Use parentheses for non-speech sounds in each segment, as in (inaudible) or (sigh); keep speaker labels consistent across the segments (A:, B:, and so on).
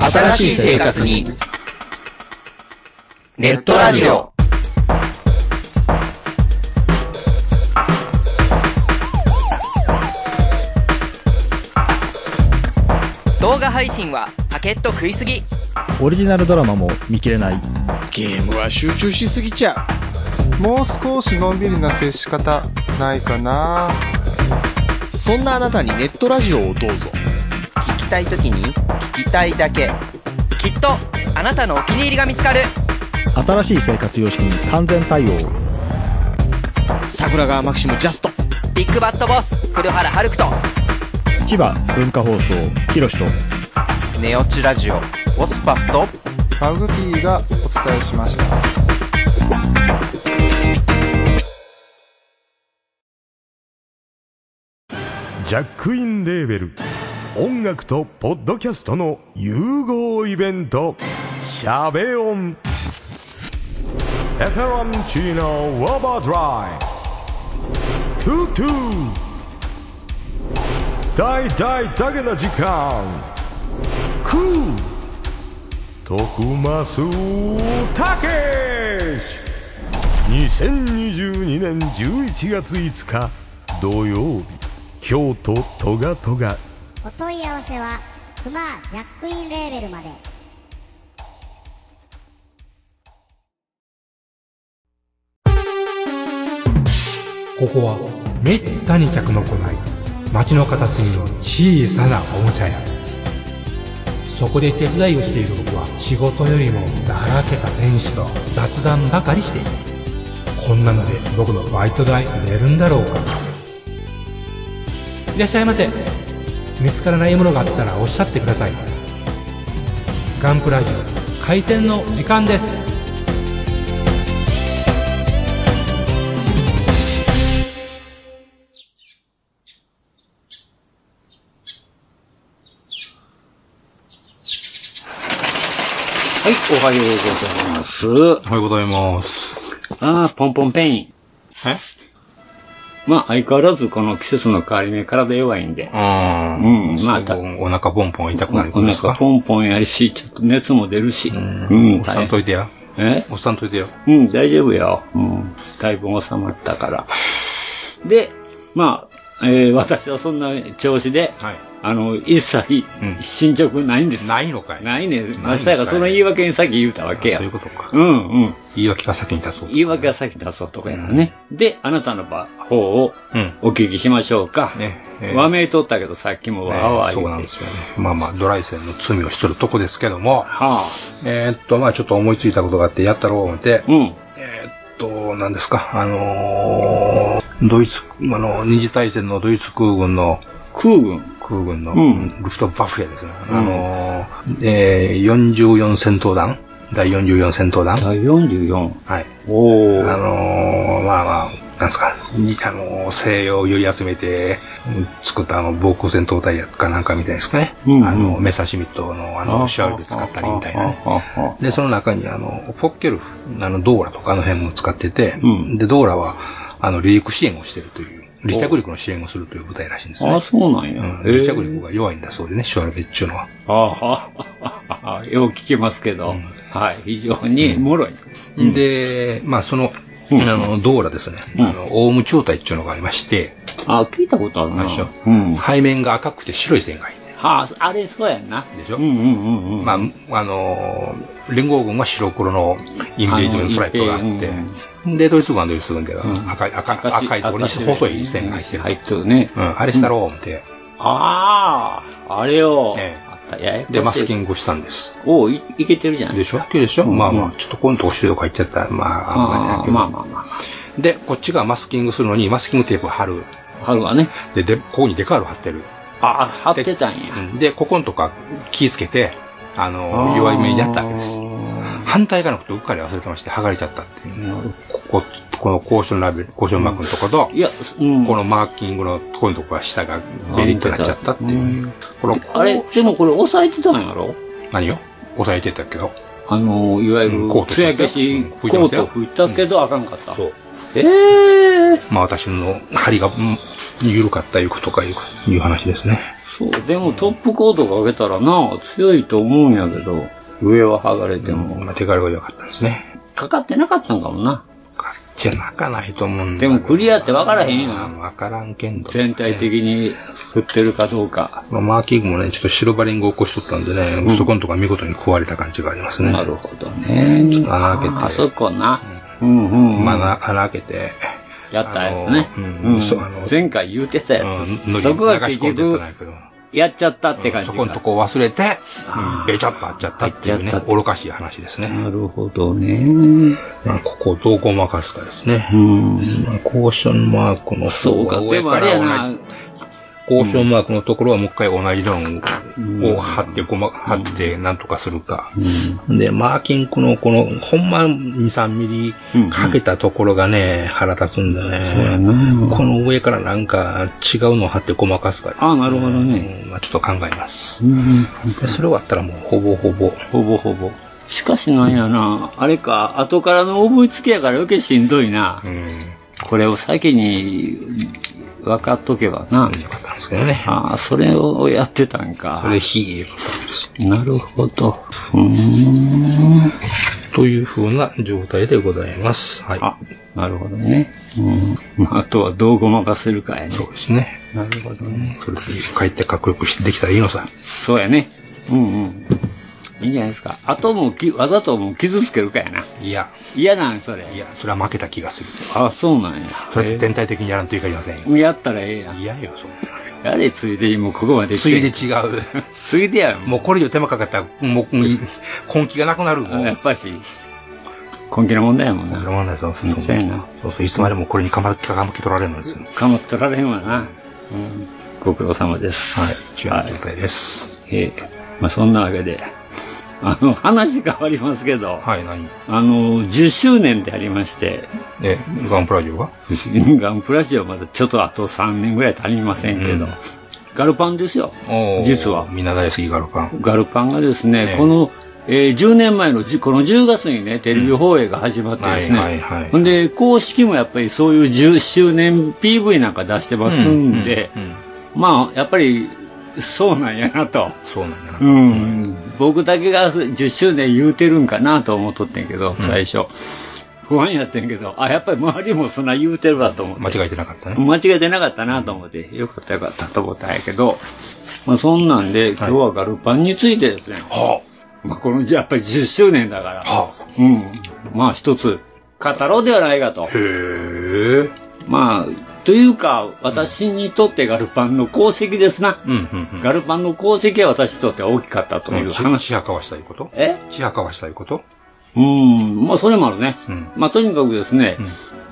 A: 新しい生活に。ネットラジオ。
B: 動画配信はパケット食いすぎ
C: オリジナルドラマも見切れない。
D: ゲームは集中しすぎちゃ
E: もう少しのんびりな接し方ないかな
D: うそんなあなたにネットラジオをどうぞ
B: 聞きたいときに聞きたいだけきっとあなたのお気に入りが見つかる
C: 新しい生活様式に完全対応。
D: 桜川マキシムジャスト
B: ビッグバットボス黒原遥人
C: 千葉文化放送、ひろしと。
B: ネオチラジオオスパフと
E: マグピーがお伝えしました。
F: ジャックインレーベル音楽とポッドキャストの融合イベント「シャベオン」「エフェロンチーノウォーバードライ」「トゥトゥ」「大大だけな時間」「クー」「徳マスたけし」2022年11月5日土曜日京都トガトガ
G: お問い合わせは、クマジャックインレーベルまで。
H: ここはめったに客の来ない街の片隅の小さなおもちゃ屋そこで手伝いをしている僕は仕事よりもだらけた店主と雑談ばかりしているこんなので僕のバイト代出るんだろうかいらっしゃいませ見つからないものがあったらおっしゃってくださいガンプラジオ開店の時間です
I: はい、おはようございます。
J: おはようございます。
I: あー、ポンポンペイン。
J: え
I: まあ、相変わらずこの季節の変わり目体弱いんで
J: う。ん。
I: うんまあ
J: そうお腹ポンポン痛くなる
I: お
J: んです
I: 腹
J: か
I: ポンポンやし、ちょっと熱も出るし。
J: うんおっ
I: 大
J: さんといてや。
I: え
J: おっさんといてや。
I: うん、大丈夫よ。うん。だいぶ収まったから。で、まあ、えー私はそんな調子で、
J: はい。
I: あの、一切
J: うん
I: 進捗ないんです。
J: ないのかい
I: ないね。
J: かい
I: まさやがその言い訳にさっき言うたわけや。
J: そういうことか
I: うんうん。
J: 言い訳が先に出そう。
I: 言い訳はさっき出そうとこやからね。で、あなたの場方を
J: うん
I: お聞きしましょうか。
J: ねええ
I: 和名取ったけどさっきも
J: ね
I: 和は言
J: そうう
I: て、
J: なんですよね。まあまあ、ドライセンの罪をしとるとこですけども、
I: はあ。
J: えーっと、まあちょっと思いついたことがあってやったろう思って、
I: うん。
J: えーっと、何ですか、あのー、ドイツ、あの、二次大戦のドイツ空軍の
I: 空軍。
J: 空軍の、
I: うん
J: ルフトバッフェですね。
I: うん
J: あのーえー44戦闘団第44戦闘団
I: 第44。
J: はい。
I: お
J: あ
I: ー。
J: のーまあまあ、なんですか、にあのー西洋を寄り集めてうん作ったあの、防空戦闘隊かなんかみたいですかね。
I: うん
J: あの、メサシミットのあの、シャウル使ったりみたいなね、
I: な。
J: で、その中にあの、フォッケルフ、あの、ドーラとかあの辺も使ってて、
I: うん
J: で、ドーラは、あの、離陸支援をしてるという、離着陸の支援をするという部隊らしいんですね。
I: あ、そうなんや。
J: うん
I: へえ
J: 離着陸が弱いんだそうでね、シュワルベッチュのは。
I: あはよく聞きますけど、
J: うん
I: はい、非常に脆い。うん
J: で、まあその、
I: うん
J: あの、ドーラですね、
I: うん
J: あの、オウム超隊っていうのがありまして、
I: あ、聞いたことあるな。
J: あそう
I: うん。は
J: 背面が赤くて白い線が入って
I: あ、あれ、そうやんな。
J: るでしょ、
I: うんうんうんうん。
J: まあ、あの、連合軍は白黒のインベージョンストライプがあっ
I: あのインベ
J: て
I: ー、
J: で、ドイツ軍はドイツ軍では
I: うん
J: 赤い、赤い、
I: 赤し
J: 赤いところに
I: 赤し
J: 細い線が入ってる。
I: 入ってるね。
J: うん、あれしたろう思って、
I: ああ、あれを、
J: ええ
I: あったややこしい
J: で、マスキングしたんです。
I: おうい、いけてるじゃない
J: で
I: し
J: しょでしょ、
I: うん
J: まあまあ、ちょっと今度しいとこ入っちゃったら、まあ、
I: ょ
J: あんまりない
I: まあ
J: けど。
I: まあまあま
J: で、こっちがマスキングするのに、マスキングテープを貼る。
I: あ。春はね。
J: で、で、ここにデカール貼ってる。
I: ああ、張ってたんや。
J: うんで、ここんとか気ぃつけて、あ
I: あ
J: の、
I: ー
J: 弱い目にやったわけです。
I: な
J: 反対側のことうっかり忘れてまして、剥がれちゃったっていう。
I: る
J: ここ、この交渉のラベル、交渉マークのとこと、
I: いや、うん。
J: このマーキングのとこのとこが下がベリッとなっちゃったっていう。この、
I: あれ、でもこれ押さえてたんやろ
J: 何よ押さえてたけど。
I: あの、いわゆ
J: うん
I: る
J: コート、
I: つや消し、
J: うん拭
I: コ
J: いてま
I: ー
J: したよ
I: ト拭いたけど、あかんかった。
J: そう。
I: ええ
J: まあ私の針がうん緩かったいうことかいういう話ですね。
I: そう、でもトップコートかけたらな、強いと思うんやけど、上は剥がれても、
J: まあ、手軽が良かったんですね。
I: かかってなかったんかもな。
J: じゃなかないと思うんだ
I: で
J: けど
I: もクリアって分からへんや
J: まあ
I: ん。
J: わからんけんど。
I: 全体的に振ってるかどうか。
J: まあマーキングもね、ちょっと白バリングを起こしとったんでね、
I: うん
J: そこのとこは見事に壊れた感じがありますね。
I: なるほどね。
J: ちょっと穴開けて
I: あそこな。うんうん、うん。
J: まあ、な穴開けて、
I: やったやつね。
J: あの
I: う
J: うんんそうあの
I: 前回言うてたや
J: うん、
I: つ。
J: の
I: そこは
J: り
I: 結
J: 流し込んでった
I: 局
J: ん、やけど、
I: やっちゃったって感じ
J: そ
I: か。
J: このとこ忘れて
I: あー、
J: べちゃっとあっちゃったっていうね
I: あっちゃっ、た
J: 愚かしい話ですね。
I: なるほどね。
J: まあ、ここをどうごまかすかですね。
I: うん。
J: まあ、コーションマークの
I: そ
J: 方
I: うか。
J: は
I: で
J: 上
I: も
J: か
I: あれや
J: ら
I: な
J: 同じ、。コーションマークのところはもう一回同じランを貼って、ごま、貼ってなんとかするか。
I: うん
J: で、マーキングのこの、ほんま2、3ミリかけたところがね、腹立つんだね。この上からなんか違うのを貼ってごまかすかですね
I: あなるほどね。
J: うんまあ、ちょっと考えます。
I: うん
J: でそれ終わったらもうほぼほぼ。
I: ほぼほぼ。しかしなんやな、あれか、後からの思いつきやから余計しんどいな
J: う。ん。
I: これを先に分かっとけばな。
J: よかったんですけどね。
I: ああ、それをやってたんか
J: こ。れヒーローなんですよ
I: なるほど。うーん。
J: というふうな状態でございます。はい。
I: あ、なるほどね。うん。あとはどうごまかせるかやね。
J: そうですね。
I: なるほどね。
J: それで帰ってかっこよくしてできたらいいのさ。
I: そうやね。うんうん。いいんじゃないですか。あともうき、わざともう傷つけるかやな。
J: いや、
I: 嫌なん、それ。
J: いや、それは負けた気がする。
I: あ、そうなんや。
J: それは全体的にやらんといかりませんよ。
I: やったらええやん。
J: 嫌よ、そんな。
I: やれ、ついでにもうここまで来
J: つ
I: て
J: いで。違 (laughs) う。
I: ついでやん。
J: もうこれ以上手間かかったら、もう、もう根気がなくなる。も
I: あや
J: う
I: っ。ぱし、根気の問題やもん
J: それ。
I: な
J: もないそうそう
I: そうやな
J: そうそういつまでもこれにかまかまき取られるのですよ。
I: かまっとられへんわな。うん。ご苦労様です。
J: はい。中
I: は
J: の
I: い
J: 状。態です。
I: ええまあそんなわけで、あの、話変わりますけど、
J: はい、何
I: あの、10周年でありまして、
J: え、ガンプラジオが
I: ガンプラジオまだちょっとあと3年ぐらい足りませんけど、
J: うん
I: ガルパンですよ
J: おー、
I: 実は。
J: みんな大好きガルパン。
I: ガルパンがですね、
J: ええ
I: この、えー10年前のじこの10月にね、テレビ放映が始まってですね、
J: うんはいはいはい
I: ほんで、公式もやっぱりそういう10周年 PV なんか出してますんで、
J: うんうんうん
I: まあ、やっぱりそうなんやなと。
J: そうなんだな。
I: うん、僕だけが10周年言うてるんかなと思っとってんけど、最初。不安やってんけど、あ、やっぱり周りもそんな言うてるわと思って。
J: 間違えてなかったね。
I: 間違えてなかったなと思って、よかったよかったと思ったんやけど、まあそんなんで、今日はガルパンについてですね、
J: は
I: まあこのやっぱり10周年だから
J: あ、、は
I: うん、まあ一つ、語ろうではないかと
J: あ、。へえ。
I: まあ、というか、私にとってガルパンの功績ですな。
J: うんうんうん。
I: ガルパンの功績は私にとっては大きかったという話。
J: ちはかわしたいこと
I: え
J: ちはかわしたいこと
I: うん、まあそれもあるね。
J: うん
I: まあとにかくですね、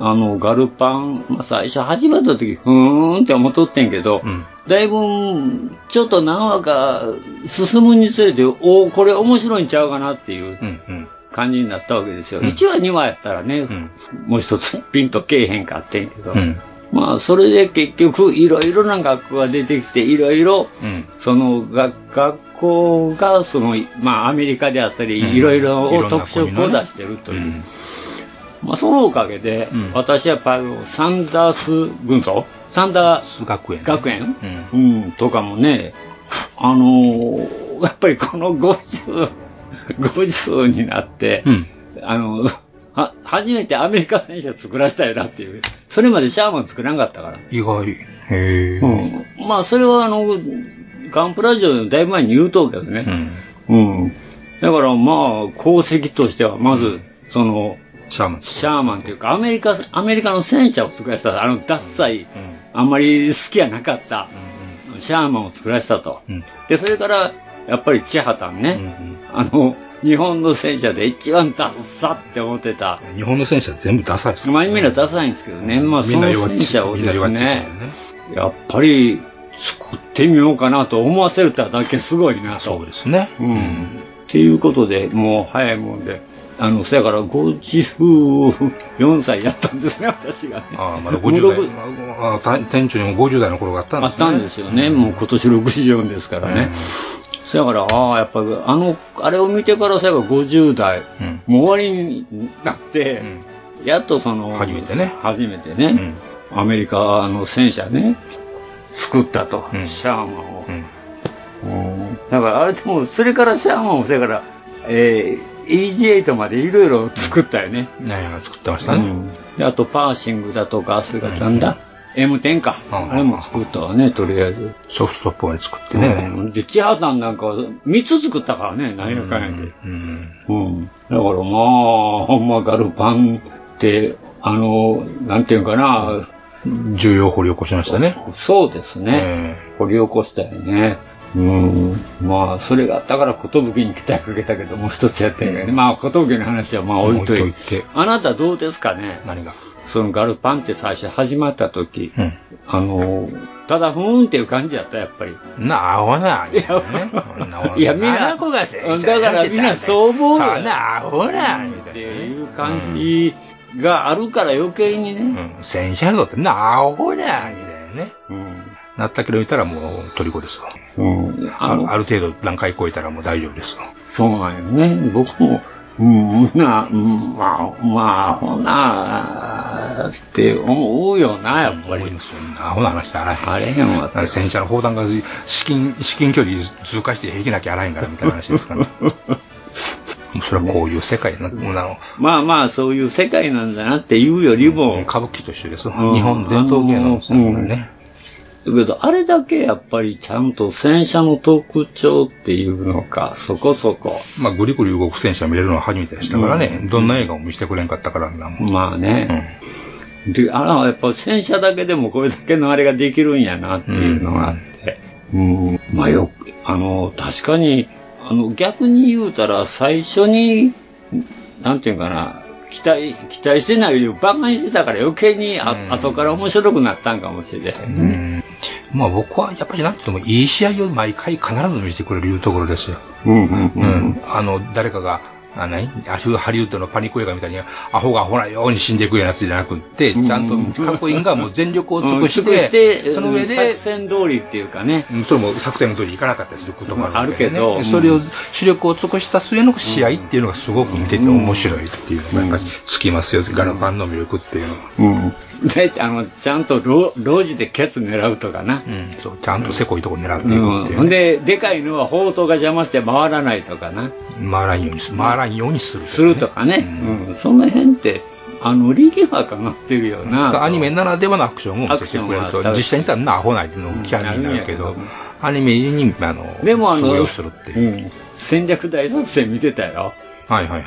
I: あの、ガルパン、まあ最初始まった時、ふーんって思っとってんけど、
J: うん
I: だいぶ、ちょっと何話か進むにつれて、おお、これ面白いんちゃうかなっていう
J: うんうん。
I: 感じになったわけですよ。1話、2話やったらね、
J: ん
I: もう一つピンとけえへんかってんけど、
J: うん
I: まあそれで結局、いろいろな学校が出てきて、いろいろ、
J: うん。
I: そのが学校がその、まあ、アメリカであったり、
J: うん
I: いろいろ
J: いろんな
I: 特色
J: 国の
I: を
J: ね
I: 出してると
J: う
I: いう、
J: ん。
I: まあ、そのおかげで、
J: うん
I: 私はやっぱりサンダース軍曹、サンダー
J: 数学園。
I: 学園、うんとかもね、あのーやっぱりこの50、50になって、
J: うん。
I: あのは初めてアメリカ戦車作らせたよなっていう、それまでシャーマン作らなかったから。
J: 意外。へえ。う
I: うん、まあ、それはあの、ガンプラジオのだいぶ前に言うとうけどね。
J: ん。
I: うん。だからまあ、功績としては、まず、その、
J: シャーマン。
I: シャーマンというか、アメリカ、アメリカの戦車を作らせた、あの、ダッサい、
J: うん
I: あんまり好きやなかった、シャーマンを作らせたと。
J: うん。
I: で、それから、やっぱりチェハタン
J: うん
I: ね、あの、日本の戦車で一番ダッサって思ってた。
J: うん。日本の戦車全部ダサいですね
I: まあ、みんなダサいんですけどね、まあ、そ
J: みん
I: の
J: な弱っ
I: 戦
J: ち
I: 車を
J: みんな
I: です
J: 弱っち
I: ね、
J: ね。
I: やっぱり作ってみようかなと思わせただけすごいなと。
J: そうですね。
I: うん。っていうことで、もう早いもんで、あの、そやから54歳やったんですね、私がね。
J: ああ、まだ
I: もう
J: 50
I: 六
J: 代まあ。あた店長にも50代の頃があったん
I: あ
J: で
I: っ
J: すね。
I: たんですよね。もう今年64ですからね。そやから、ああ、やっぱり、あの、あれを見てからそやから50代、
J: うん
I: もう終わりになって、やっとその、
J: 初めてね
I: 初めてね、アメリカの戦車ね、作ったと、シャーマンを、うんだからあれでもそれからシャーマンをそれから、えー、EG8 までいろいろ作ったよね、
J: 何やら作ってましたね。
I: であとパーシングだとかそれからなんだ、M10 か、あれも作ったわねとりあえず
J: ソフトっぽいの作ってね。
I: うんで千葉さんなんかは3つ作ったからね何やかんやで、
J: うん。
I: うん。だからまあ、ほんまガルパンって、あの、なんていうかな、
J: 重要掘り起こしましたね。
I: そうですね。
J: え
I: 掘り起こしたよね。うん。まあ、それがあったから、寿に期待かけたけど、もう一つやってるからね。まあ、寿の話はまあ置いと
J: 置
I: い
J: いとい
I: て
J: て。
I: あなたどうですかね
J: え何が。
I: そのガルパンって最初始まった時、
J: うん。
I: あの、ただふーんっていう感じやった、やっぱり。
J: なあ、アホな、ね。
I: いやみんな
J: あの子がせ
I: だからみんなそう思うよ
J: そんなアホな、み
I: ったて
J: いなね。
I: いう感じがあるから余計
J: う
I: にね。
J: ん。戦車道ってなあ、アホな、みたいなね。
I: うん。
J: なったけど見たらもう虜ですわ。
I: うん。
J: あある程度段階超えたらもう大丈夫ですわ。
I: そうなんよね。僕も、うん、な、うんまあ、まあ、ほな、って思うよな、やっぱ
J: 思い
I: り
J: ま。すよアホな話だな。
I: あれへんわって。
J: 戦車の砲弾がず至近至近距離通過して平気なきゃあらへんからみたいな話ですから、
I: (laughs)
J: ね、それはこういう世界な、もうあ
I: まあまあ、そういう世界なんだなっていうより
J: の
I: も、
J: 歌舞伎と一緒ですわ、
I: うん
J: 日本伝統芸能ですからね、
I: だけど、あれだけやっぱりちゃんと戦車の特徴っていうのか、そこそこ。
J: まあ、ぐりぐり動く戦車見れるのは初めてでしたからね、
I: うん
J: どんな映画も見せてくれんかったからなもん、
I: まあね。で、あら、やっぱ戦車だけでもこれだけのあれができるんやなっていうのがあって。うん。まあよく、あの、確かに、あの、逆に言うたら最初に、なんていうかな、期待、期待してないよりバカにしてたから余計にあ、
J: うん
I: 後から面白くなったんかもしれない。
J: うんまあ、僕はやっぱりなんて言ってもいい試合を毎回必ず見せてくれるいうところですよ、
I: うんうん
J: うんあの誰かがあ何あハリウッドのパニック映画みたいにアホがアホなように死んでいくようなやつじゃなくって、ちゃん
I: うん (laughs)
J: と各員がもう全力を尽くして,、
I: うん
J: その上で
I: 作、戦通りっていうかね。
J: うんそれも作戦の通りいかなかったりすることもあるけど,、ね
I: まああるけど
J: それを主力を尽くした末の試合っていうのがすごく見てて面白いっていうのがやっぱりつきますよ、ガラパンの魅力っていうのは、
I: うん。で、あの、ちゃんとロ路地でケツ狙うとかな。
J: そうちゃんとせこいとこ狙っていくって
I: うん、
J: い
I: ほ
J: うんね、
I: で、でかいのは砲塔が邪魔して回らないとかな、
J: 回らんようにする回らんようにする
I: するとかね、うんその辺って、あの、力学がなってるよな。
J: アニメならではのアクションを見せてくれ
I: ア
J: る
I: クション
J: と
I: は、
J: 実際にさ、なアホないのキャラになるけ
I: う
J: ど
I: んなるんや、
J: アニメに、あの、
I: でもあ
J: 通
I: の、
J: 用するっていう。
I: うん戦略大作戦見てたよ。
J: はいはいはい。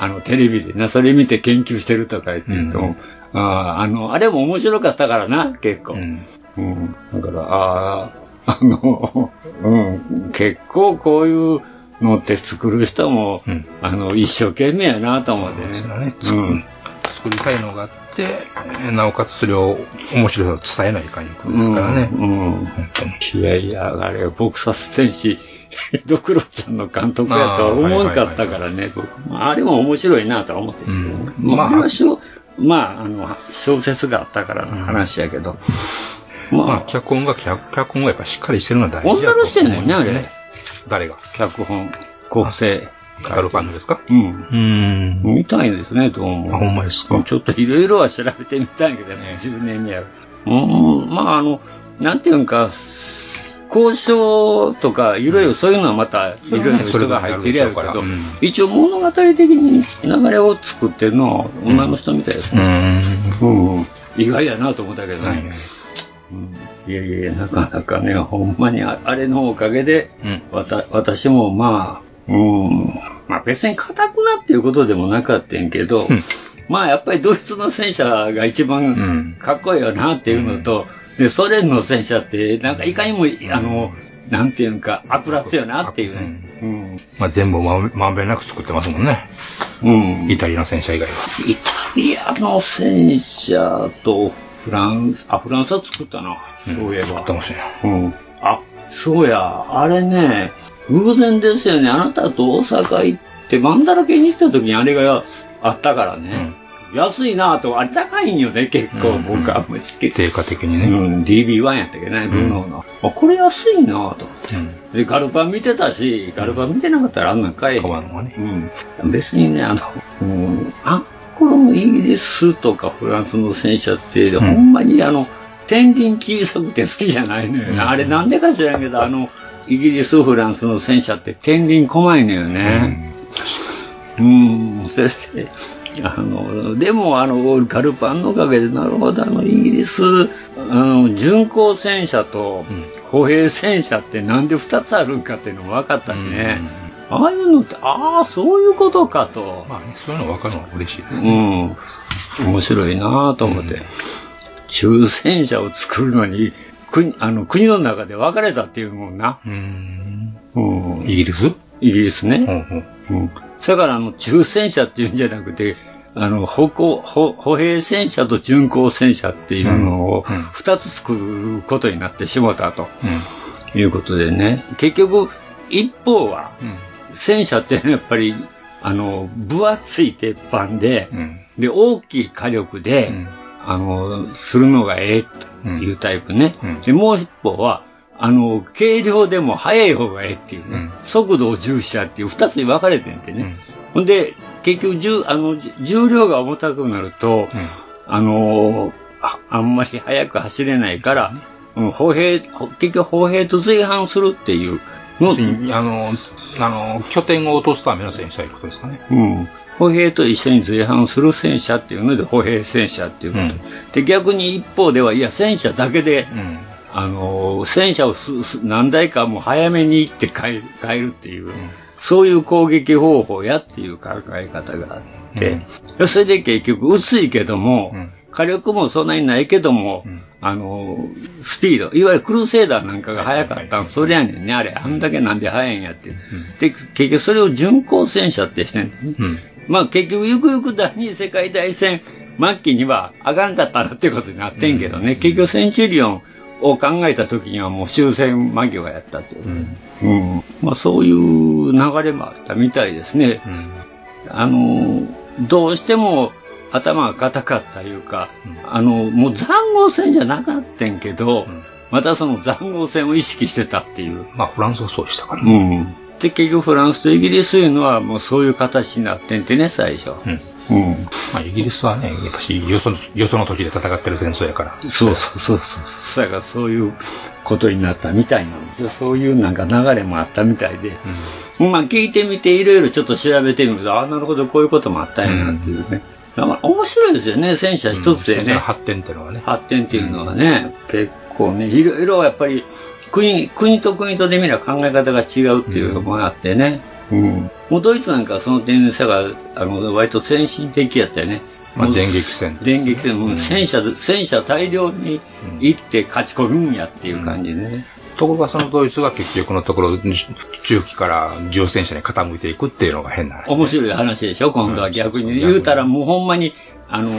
I: あの、テレビでな、それ見て研究してるとか言ってると、
J: うん
I: あああの、あれも面白かったからな、結構。
J: うん
I: うん、だから、ああ、あの、 (laughs) うん、結構こういうのって作る人も、
J: うん
I: あの、一生懸命やなと思ってね。
J: それはね、つ
I: うん
J: 作りたいのがあって、えーなおかつそれを面白さを伝えないかんいうことですからね
I: う。ん。うん
J: 本当に
I: いやいや、あれ、僕さ戦士、 (laughs) ドクロちゃんの監督やとは思わなかったからね、僕あれも面白いなとは思ってたけどね、
J: うん
I: まあ、
J: まあ
I: 話を、まあ、あの、小説があったからの話やけど、
J: まあ、
I: まあ、
J: 脚本が、脚脚本がやっぱしっかりしてるのは大事だ
I: 女
J: と
I: の人やね
J: 思
I: ん
J: い
I: ね、
J: ま
I: あ
J: す
I: れ
J: ね。。誰が
I: 脚本、構成。
J: ガルパンのですか
I: うん。
J: うーん。
I: みたいですね、どうも。
J: あほんまですか
I: ちょっといろいろは調べてみたんやけどね、10年目やる。うーん、まああの、なんていうんか、交渉とか、いろいろそういうのはまた、いろいろ人が入ってるやろうけ
J: それ
I: ど、
J: ぞれにあるでしょうから
I: 一応物語的に流れを作ってるのは女の人みたいです
J: う
I: ね。
J: ーん。
I: うん意外やなと思ったけど
J: はい
I: ね。うんいやいや、なかなかね、ほんまにああれのおかげで、
J: うん
I: わた私もまあ、うん、まあ別に硬くなっていうことでもなかったんやけど、まあやっぱりドイツの戦車が一番
J: ん
I: かっこいいよなっていうのと、で、ソ連の戦車って、なんかいかにも、あの、なんていうんか、悪辣よなっていうね。うん。
J: まあ、全部まんまんべんなく作ってますもんね。
I: うん
J: イタリアの戦車以外は。
I: イタリアの戦車とフランス、あ、フランスは作ったな、そういえば
J: 作っ。てますよ。
I: うん。あ、そうや、あれね、偶然ですよね。あなたと大阪行って、マンダラ系に行った時にあれがあったからね。安いなと、あれ高いんよね、結構、
J: うん
I: 僕はあんまり好きで。
J: 定価的に
I: う
J: ね。
I: ん、DB1 やったっけね、ブルノーの。あ、これ安いなと。
J: うん。
I: で、ガルパン見てたし、ガルパン見てなかったらあんなんかい。
J: 買わんのがね。
I: うん、別にね、あの、うん、あこのイギリスとかフランスの戦車って、ほんまにあの、ペンギン小さくて好きじゃないのよね。
J: うん
I: あれなんでか知らんけど、あの、イギリス、フランスの戦車ってペンギン怖いのよね。うん、それで、あの、でもあの、ガルパンのおかげで、なるほど、あの、イギリス、あの、巡航戦車と歩兵戦車ってなんで2つあるんかっていうのが分かったね。ああいうのって、ああ、そういうことかと。
J: まあね、そういうの分かるのは嬉しいです
I: う
J: ね。
I: ん。面白いなぁと思って。抽選者を作るのに、国、あの、国の中で分かれたっていうもんな。
J: うん。
I: うん。
J: イギリスうん
I: イギリス
J: う
I: ね。
J: ん。
I: うん。だから、あの、抽選者っていうんじゃなくて、あの、歩行、歩歩兵戦車と巡航戦車っていうのを
J: うんうん
I: 二つ作ることになってしもたということでね。結局、一方は、
J: うん。
I: 戦車ってやっぱり、あの、分厚い鉄板で、
J: うん。
I: で、大きい火力で、
J: うん
I: あの、するのがええというタイプね。
J: うん
I: で、もう一方は、あの、軽量でも速い方がええっていう
J: う
I: ね、
J: ん
I: 速度を重視したっていう二つに分かれてんてね。ほんで、結局重、あの、じ重量が重たくなると、あの、ああんまり速く走れないから、うん、歩兵、ほ結局歩兵と随伴するっていうの
J: 要するにあの、あの、拠点を落とすための戦車ということですかね。
I: うん、歩兵と一緒に随伴する戦車っていうので歩兵戦車っていうこと、
J: うん
I: で逆に一方ではいや戦車だけで、
J: うん。
I: あのー戦車をすす何台かもう早めに行って変え変えるっていう、そういう攻撃方法やっていう考え方があって、それで結局薄いけども、
J: うん
I: 火力もそんなにないけども、
J: ん
I: あのースピードいわゆるクルセーダーなんかが速かったの、それやねんねあれあんだけなんで速いんやって、で結局それを巡航戦車ってしてんね、
J: うん。
I: まあ結局ゆくゆく第二次世界大戦末期にはあかんかったなっていうことになってんけどね、結局センチュリオンを考えた時にはもう終戦間際やったっていう、うんまあ、そういう流れもあったみたいですね、
J: うん。
I: あのどうしても頭が硬かったいうか、
J: うん
I: あのもう塹壕戦じゃなかったんけど、
J: ん
I: またその塹壕戦を意識してたっていう
J: まあ、フランスはそうでしたから。
I: うん。で、結局フランスとイギリスというのはもうそういう形になってんてね、最初。
J: うん。
I: うん。
J: まあ、イギリスはね、やっぱし、よその、よその時で戦ってる戦争やから。
I: そうそうそうそう。そやからそういうことになったみたいなんですよ。そういうなんか流れもあったみたいで。まあ聞いてみていろいろちょっと調べてみると、ああ、なるほど、こういうこともあったんやなっていうね。だから面白いですよね、戦車一つで
J: 戦争
I: ね。
J: の発展っていうのはね。
I: 発展っていうのはね、結構ね、いろいろやっぱり国、国と国とで見れば考え方が違うっていうのもあってね。うん。もうドイツなんかはその点差が、あの、割と先進的やったよね。
J: まあ
I: もう
J: 電撃戦
I: 電撃戦、もう戦車、戦車大量に行って勝ち込むんやっていう感じでね。
J: ところがそのドイツが結局のところ、じ中期から重戦車に傾いていくっていうのが変な話。
I: 面白い話でしょ、今度は逆に。言うたらもうほんまに、あの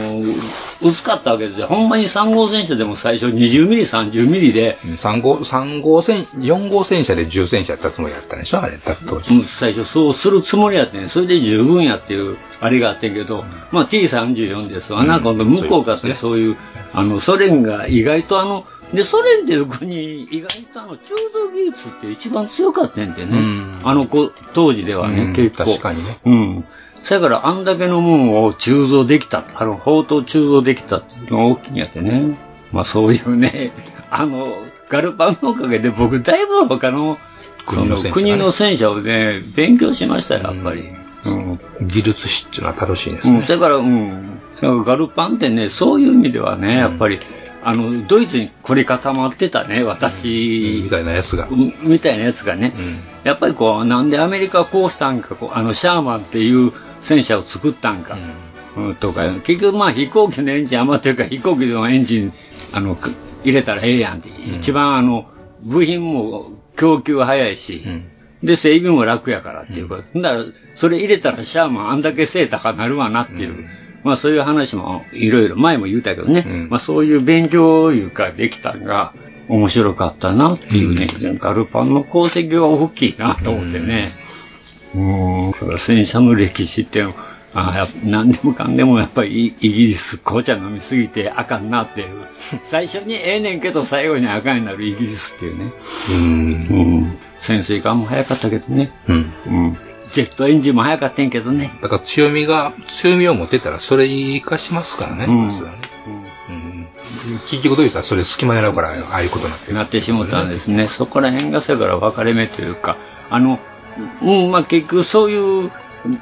I: 薄かったわけですよ。ほんまに3号戦車でも最初20ミリ、30ミリで、
J: うん三号、三号戦、四号戦車で重戦車やったつもりやったんでしょあれ、だって当時。
I: うん最初そうするつもりやってんそれで十分やっていうあれがあってんけど、まあ、T34 ですわな、
J: うん
I: 今度向こうから
J: そういうことね
I: そういうあのソ連が意外とあのでソ連っていう国意外とあの鋳造技術って一番強かったんでね、
J: うん
I: あの子当時ではね、
J: うん
I: 結構
J: 確かにね
I: うんそやからあんだけのもんを鋳造できたあの砲塔鋳造できたっていうのが大きいんやつねまあそういうねあのガルパンのおかげで僕だいぶ他の
J: 国の戦車がね
I: そ国の戦車をね、勉強しましたよ、やっぱり。うん。
J: 技術士っていうのは楽しいです
I: うん、
J: ね。
I: それから、うん。それからガルパンってね、そういう意味ではね、やっぱり、あの、ドイツに凝り固まってたね、私、
J: みたいなやつが。
I: うんみたいなやつがね、
J: うん
I: やっぱりこう、なんでアメリカはこうしたんか、こうあの、シャーマンっていう戦車を作ったんか、うんとか、結局まあ飛行機のエンジン余ってるから飛行機のエンジン、あの、く入れたらええやんって、一番あの、部品も供給早いし、
J: うん
I: で、整備も楽やからっていうこと。だから、それ入れたらシャーマンあんだけ背高なるわなっていう。まあそういう話もいろいろ前も言うたけどね、
J: うん
I: まあそういう勉強いうかできたのが面白かったなっていうね、ガルパンの功績は大きいなと思ってね。うん、戦車の歴史っていうのあやっ何でもかんでもやっぱりイイギリス紅茶飲みすぎてあかんなっていう。最初にええねんけど最後にあかんになるイギリスっていうね。
J: うん。
I: うん。潜水艦も早かったけどね。
J: うん。
I: うん。ジェットエンジンも早かったんやけどね。
J: だから強みが、強みを持ってたらそれ活かしますからね。
I: うん
J: それはね
I: うん。
J: うん結局どういうさ、それ隙間狙うから、ああいうことなん
I: なってしもたんですね、そこら辺がせやから分かれ目というか、あのうんまあ、結局、そういう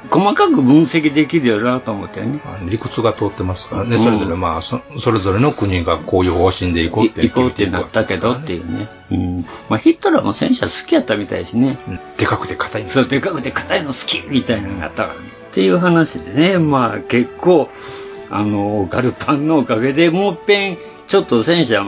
I: 細かく分析できるよなと思ってね。
J: 理屈が通ってますからね、それぞれ、まあそ、それぞれの国がこういう方針で行こうって
I: 行こうってなったけどっていうね。うん。まあ、ヒットラーも戦車好きやったみたいしね。
J: でかくて硬いの
I: そう、でかくて硬いの好きみたいなのがあったからね。っていう話でね、まあ結構、あの、ガルパンのおかげでもうっぺん、ちょっと戦車っ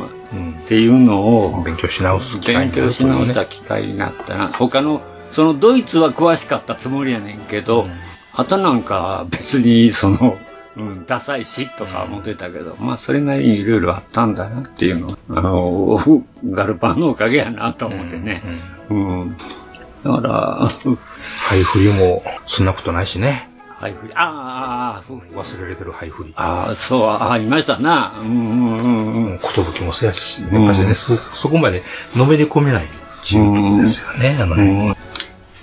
I: ていうのを、
J: 勉強し直す機会
I: 勉
J: になる
I: 強し直した機会になったな。他の、そのドイツは詳しかったつもりやねんけど、あとなんか別にその、うん、ダサいしとか思ってたけど、まあそれなりにいろいろあったんだなっていうのは、あの、ガルパンのおかげやなと思ってね。うん。だから、
J: 配布りも、そんなことないしね。
I: 配布ああ、
J: 忘れられてる配布り。
I: ああ、そう、ああ、いましたな。うんうんうんうん。
J: ことぶきもそうやし、やっぱりね、そ、そこまで、のめり込めないっていうことですよね、あのね。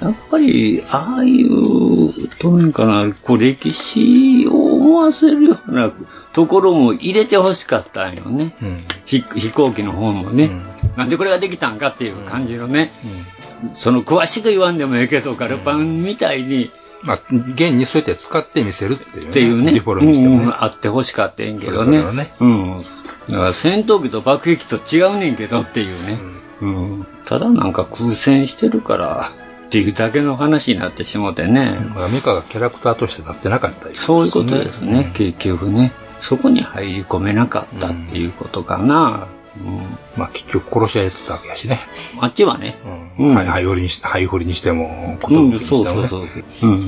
I: やっぱり、ああいう、どういうのかな、こう歴史を思わせるようなところも入れてほしかったんよね。ひ飛行機の方もね、なんでこれができたんかっていう感じのね、その詳しく言わんでもええけど、ガルパンみたいに、
J: まあ、現にそうやって使ってみせるっていう、ね。
I: っていうね、
J: デフォルにしてもね。
I: うんうんあってほしかったんやけどね。
J: これからね
I: うん。だから戦闘機と爆撃機と違うねんけどっていうね。うん。ただなんか空戦してるからっていうだけの話になってしもてね。
J: まあ、ミカがキャラクターとして立ってなかったり
I: そういうことですね、結局ね。そこに入り込めなかったっていうことかな。うん
J: まあ、結局殺し合いだったわけやしね。
I: あっちはね。
J: うん。
I: うん
J: はい、はい、りにし、はい、りにしても、こと
I: う
J: ぶ
I: ん、
J: きに
I: そう
J: しても
I: そ
J: ね。
I: うそう。うん。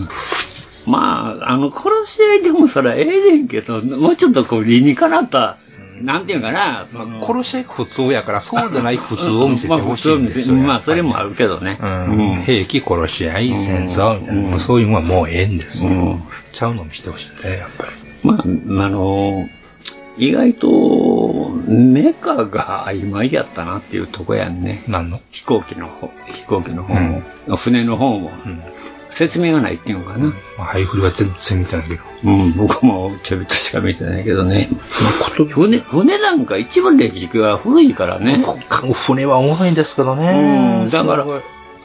I: まあ、あの、殺し合いでもそらええねんけど、もうちょっとこう、理にかなった、なんていうんかな、その、
J: 殺し合い普通やから、そうでない普通を見せてほしいんですよ。
I: まあ、普通を見せまあそれもあるけどね。
J: うん兵器殺し合い、戦争みたいな、もうそういうのはもうええんですよ。ちゃうの見せてほしいね、やっぱり。
I: まあ、あの、意外と、メカが曖昧やったなっていうとこやんね。
J: 何の
I: 飛行機の方、飛行機の方も、船の方も、説明がないっていうのかな。
J: まあ、ハイフルは全然見てないけど。
I: うん、僕もちょびっとしか見てないけどね。船、船なんか一番歴史が古いからね。
J: 船は重いんですけどね。
I: うんだから、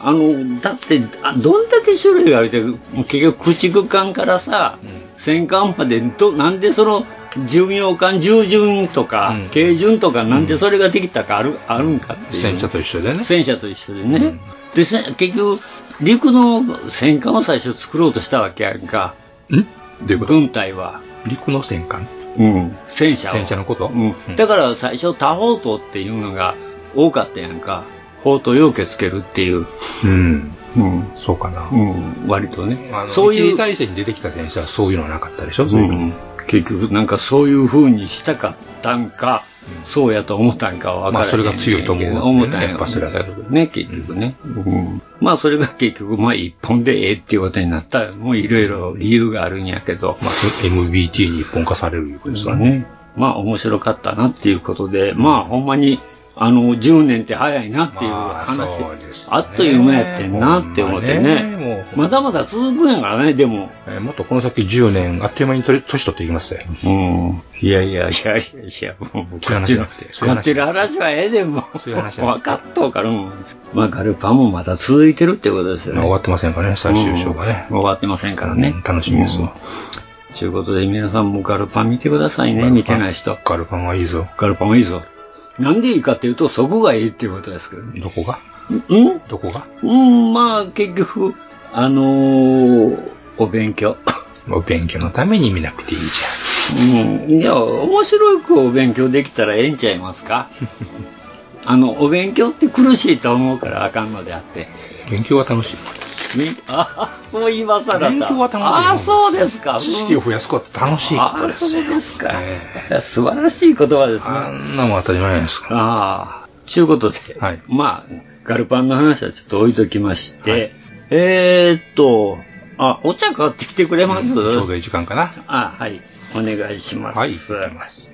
I: あの、だって、あどんだけ種類があるって、結局、駆逐艦からさ、戦艦までど、なんでその、巡洋艦、従順とか、軽巡とか、なんでそれができたかある、あるんかっていう。
J: 戦車と一緒でね。
I: 戦車と一緒でね。で、せ結局、陸の戦艦を最初作ろうとしたわけやんか。
J: んどういうこと
I: 軍隊は。
J: 陸の戦艦
I: うん。戦車を。
J: 戦車のこと
I: うんだから最初、多砲塔っていうのが多かったやんか。砲塔よけつけるっていう。
J: うん。
I: うん。
J: そうかな。
I: うん、割とね
J: あ。の
I: そうい
J: 一
I: う
J: 時、大戦に出てきた戦車はそういうのはなかったでしょ、
I: う
J: そういうの
I: ん、結局なんかそういう風にしたかったんか、そうやと思ったんかは分か
J: ま
I: らへんねんけど
J: あそれが強いと思うわけね
I: 思ったんや
J: やっぱそれは
I: ろね、結局ね。うん。まあそれが結局、まあ一本でええっていうことになった。もういろいろ理由があるんやけど。
J: まあ、MBT に一本化されるいうことですわね。
I: ね。まあ面白かったなっていうことで、まあほんまに、あの、10年って早いなっていう話。
J: まあそうですね
I: あっという間やってんなって思って
J: ほんまねもう
I: ね。まだまだ続くんやからね、でも。
J: えーもっとこの先10年、あっという間に取り年取っていきますよ。
I: うん。いやいやいやいやいや、もう、
J: そういう
I: こっ
J: 話
I: ち
J: じゃ
I: の
J: なくて、そうい
I: こ
J: う話
I: っちの話はええでも、
J: そういう話じゃなく
I: 分かっとうから、もう。まあ、ガルパンもまた続いてるってことですよ
J: まあ、
I: ね。
J: 終わってませんからね、最終章がね
I: うん。終わってませんからね
J: うん。楽しみですわ。
I: ということで、皆さんもガルパン見てくださいね、見てない人。
J: ガルパンはいいぞ。
I: ガルパンはいいぞ。なんでいいかっていうと、そこがいいっていうことですけどね。
J: どこが
I: うん
J: どこが
I: うん、まあ、結局、あのーお勉強。 (laughs)
J: もう勉強のために見なくていいじ
I: うん、いや、面白くお勉強できたらええんちゃいます
J: (laughs)
I: かあの、お勉強って苦しいと思うからあかんのであって。
J: ゃん。勉強は楽しい。
I: 勉あそう今更だ。
J: 勉強は楽しい
I: ああ、そうですか。
J: 知識を増やすことは楽しいこ
I: あ
J: と
I: あ、
J: です
I: そ
J: よ。
I: うですか。
J: え
I: 素晴らしい言葉ですね。
J: あ
I: あ
J: んなもん当たり前ですから。
I: あ。ちゅうことで、
J: はい
I: まあ、ガルパンの話はちょっと置いときまして、えーっと、あ、お茶買ってきてくれます、
J: ちょうどいい時間かな。
I: あ、はい。お願いします。
J: はい、行きます。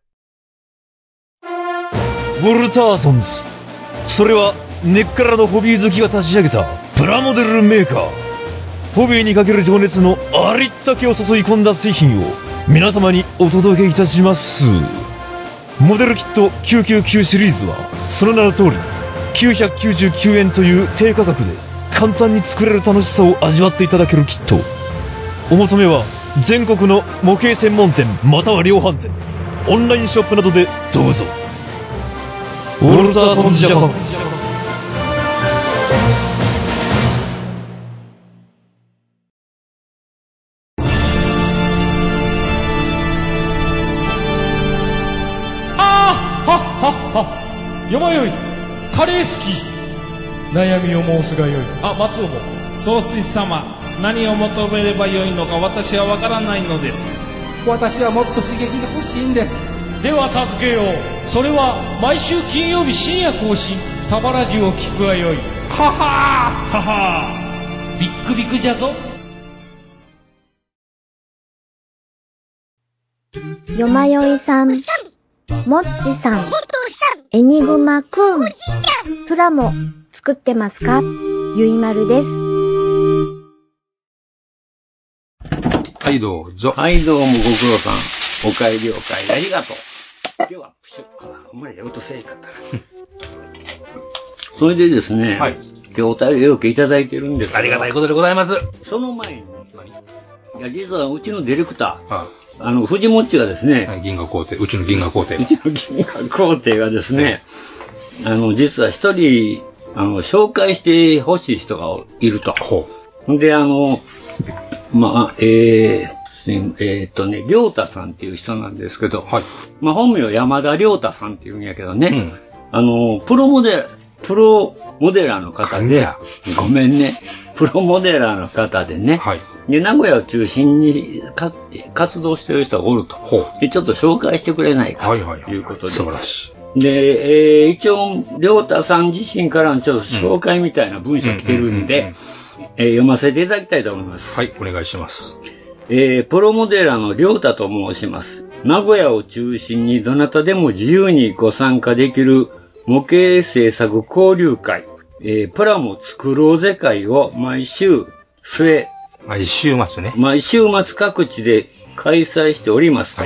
K: ウォルターソンズそれは根っからのホビー好きが立ち上げたプラモデルメーカーホビーにかける情熱のありったけを注い込んだ製品を皆様にお届けいたしますモデルキット999シリーズはその名の通り999円という低価格で簡単に作れる楽しさを味わっていただけるキットお求めは全国の模型専門店または量販店オンラインショップなどでどうぞウォルターソンズジャパン
L: ああはっはっはよまよいカレー好き悩みを申すがよいあ松尾も
M: 総帥様何を求めればよいのか私はわからないのです
L: 私はもっと刺激が欲しいんですでは助けようそれは毎週金曜日深夜更新サバラジュを聞くがよいははーははービックビックじゃぞ
N: よまよいさん、もっちさん、エニグマくん、プラモ作ってますかゆいまるです。
I: はい、どうぞ。はい、どうもご苦労さん。お帰りお帰り。ありがとう。今日は、プシュああんまりやるとせえへんかったな。それでですね、今日お便りを受けいただいてるんですありがたいことでございます。その前に、いや、実はうちのディレクター、あの、藤もっちがですね、銀河皇帝、うちの銀河皇帝うちの銀河皇帝がですね、あの、実は一人、あの、紹介してほしい人がいると。ほんで、あの、まあ、えー、すいえーっとね、りょうたさんっていう人なんですけど、まあ、本名山田りょうたさんっていうんやけどね、あの、プロモデ、プロモデラーの方で、ごめんね、プロモデラーの方でね、で、名古屋を中心にか活動してる人がおると。で、ちょっと紹介してくれないかということで。で、えー一応、りょうたさん自身からのちょっと紹介みたいな文章来てるんで、えー読ませていただきたいと思います。はい、お願いします。えープロモデラーのりょうたと申します。名古屋を中心にどなたでも自由にご参加できる模型制作交流会、えープラモ作ろうぜ会を毎週末。毎週末ね。毎週末各地で開催しております。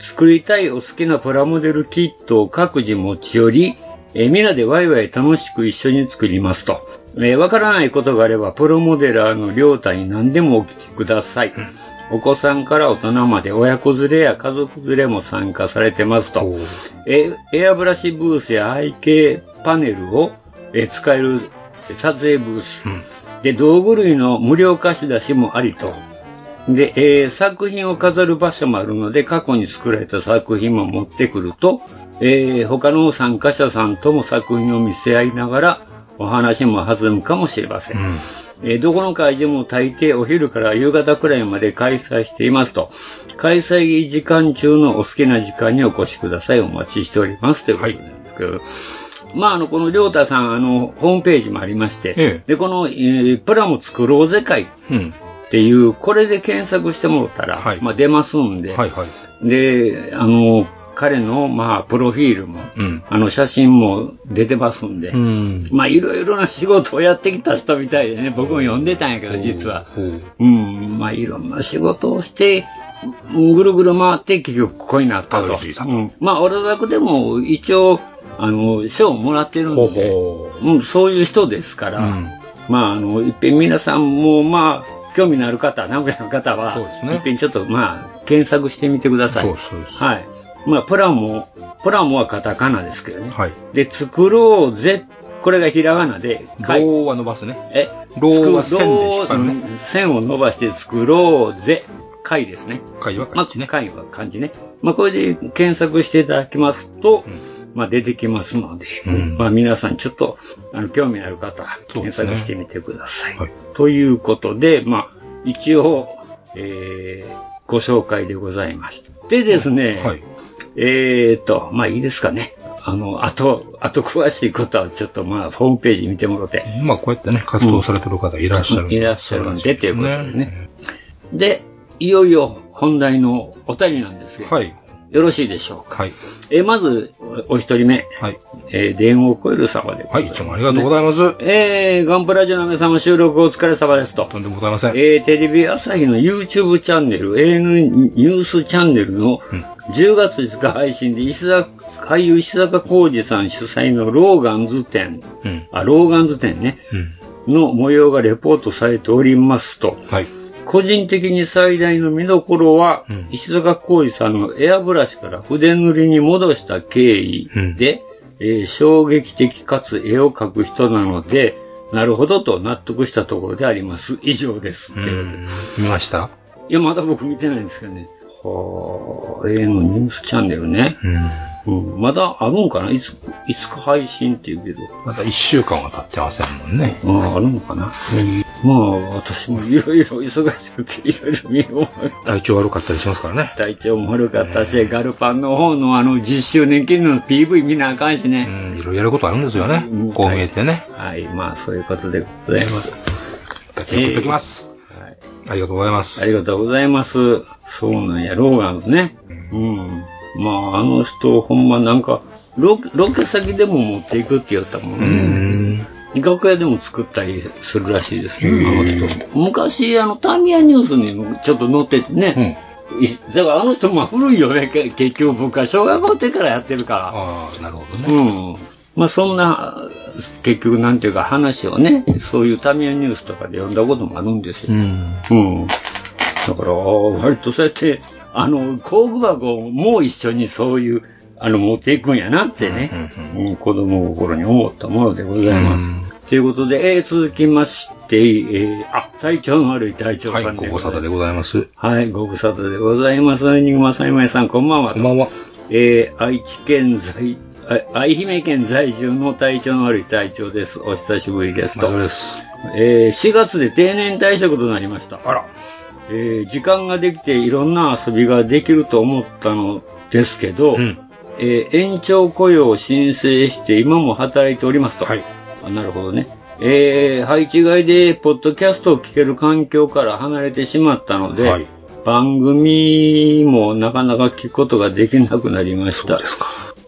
I: 作りたいお好きなプラモデルキットを各自持ち寄り、えーみんなでワイワイ楽しく一緒に作りますと。えーわからないことがあれば、プロモデラーの両太に何でもお聞きください。お子さんから大人まで親子連れや家族連れも参加されてますと。えーエアブラシブースや背景パネルを、えー使える撮影ブース。で、道具類の無料貸し出しもありと。で、えー作品を飾る場所もあるので、過去に作られた作品も持ってくると、えー他の参加者さんとも作品を見せ合いながら、お話も弾むかもしれません。えーどこの会場も大抵お昼から夕方くらいまで開催していますと、開催時間中のお好きな時間にお越しください。お待ちしております。ということなんですけど、まあ、あの、このりょうたさん、あの、ホームページもありまして、で、この、えープラも作ろうぜ会っていう、これで検索してもらったら、まあ出ますんで、で、あの、彼の、まあ、プロフィールも、あの、写真も出てますんで、
J: うん。
I: まあ、いろいろな仕事をやってきた人みたいでね、僕も読んでたんやけど、実は。うん、まあ、いろんな仕事をして、ぐるぐる回って、結局、ここになったと。うん、まあ、俺だけでも、一応、あの、賞をもらってるんで、うん、そういう人ですから、まあ、あの、いっぺん皆さんも、まあ、興味のある方、名古屋の方は、いっぺんちょっと、まあ、検索してみてください。はい。まあ、プラモ、プラモはカタカナですけどね。で、作ろうぜ、これがひらがなで、ローは伸ばすね。え、ロ
J: ーは線で引っ張るね
I: 線を伸ばして作ろうぜ、会ですね。会は漢字ね。まあ、会は漢字ね。まあ、これで検索していただきますと、まあ、出てきますので、まあ、皆さんちょっと、あの、興味のある方、検索してみてください。ということで、まあ、一応、えー、ご紹介でございました。でですね、えーと、まあいいですかね。あの、あと、あと詳しいことはちょっとまあ、ホームページ見てもろて。
J: まあ、こうやってね、活動されてる方いらっしゃるんで
I: いらっしゃるんで、ということでね。で、いよいよ本題のお便りなんですが、よろしいでしょうか。えーまず、おお一人目、えー電話を超える様でございます、はい、どうもありが
J: とうございます。
I: えー、ガンプラジオの皆様収録お疲れ様ですと。と
J: んでもございません。
I: えー、テレビ朝日の YouTube チャンネル、AN ニュースチャンネルの10月5日配信で石田、俳優石坂浩二さん主催のローガンズ展、
J: うん。
I: あ、ローガンズ展ね、
J: うん。
I: の模様がレポートされておりますと、
J: はい。
I: 個人的に最大の見どころは、石坂浩二さんのエアブラシから筆塗りに戻した経緯で、えー衝撃的かつ絵を描く人なので、なるほどと納得したところであります。以上です。ということで
J: 見ました
I: いや、まだ僕見てないんですけどね。はあ、A のニュースチャンネルね。うんまだあるんかないつ、いつか配信っていうけど。
J: まだ1週間は経ってませんもんね。
I: ああるのかな。まあ、私もいろいろ忙しくて、いろいろ見よう。
J: 体調悪かったりしますからね。
I: 体調も悪かったし、ガルパンの方のあの、10周年記念の PV 見なあかんしね。
J: いろいろやることあるんですよね。こう見えてね。
I: はい、まあ、そういうことでございます。
J: 気を取ってきます。ありがとうございます。
I: ありがとうございます。そうなんや、ローガンね。うん。まあ、あの人、ほんまなんか、ロケロケ先でも持っていくって言ったもんね。楽屋でも作ったりするらしいですね、あの人。昔、あの、タミヤニュースにもちょっと載っててね。いだからあの人、まあ古いよね、け結局僕は小学校ってからやってるから。
J: ああ、なるほど
I: ね。うん。まあそんな、結局なんていうか話をね、そういうタミヤニュースとかで読んだこともあるんですよ。
J: うん。
I: うん。だから、割とそうやって、あの、工具箱をもう一緒にそういう、あの、持っていくんやなってね、うん子供心に思ったものでございます。ということで、えー続きまして、えーあ、体調の悪い隊長さんはい、ご無沙汰
J: でございます。
I: はい、ご無沙汰でございます。ニグマサイマイさん、こんばんは。こんばんは。えー愛知県在、あ愛媛県在住の体調の悪い隊長です。お久しぶりですと。えー4月で定年退職となりました。あら。えー時間ができていろんな遊びができると思ったのですけど、えー延長雇用を申請して今も働いておりますと。あなるほどね。えー配置外でポッドキャストを聞ける環境から離れてしまったので、番組もなかなか聞くことができなくなりました。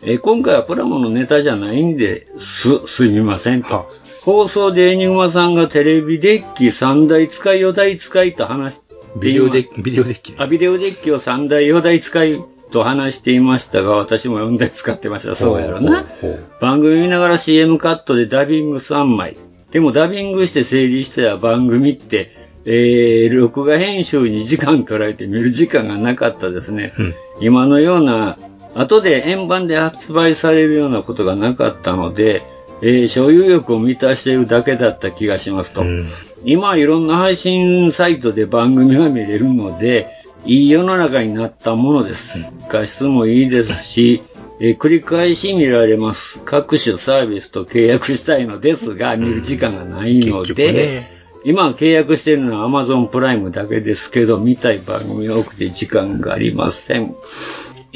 I: えー今回はプラモのネタじゃないんです、すみませんと。放送でエニグマさんがテレビデッキ3台使い、4台使いと話していま
J: ビデオデッキ、ビデオデッキ。
I: あビデオデッキを3台、4台使いと話していましたが、私も4台使ってました。そうやろな。番組見ながら CM カットでダビング3枚。でもダビングして整理したら番組って、えー、録画編集に時間取られて見る時間がなかったですね。今のような、後で円盤で発売されるようなことがなかったので、えー所有欲を満たしているだけだった気がしますと。今いろんな配信サイトで番組が見れるので、いい世の中になったものです。画質もいいですし、えー繰り返し見られます。各種サービスと契約したいのですが、見る時間がないので、今契約しているのは Amazon プライムだけですけど、見たい番組が多くて時間がありません。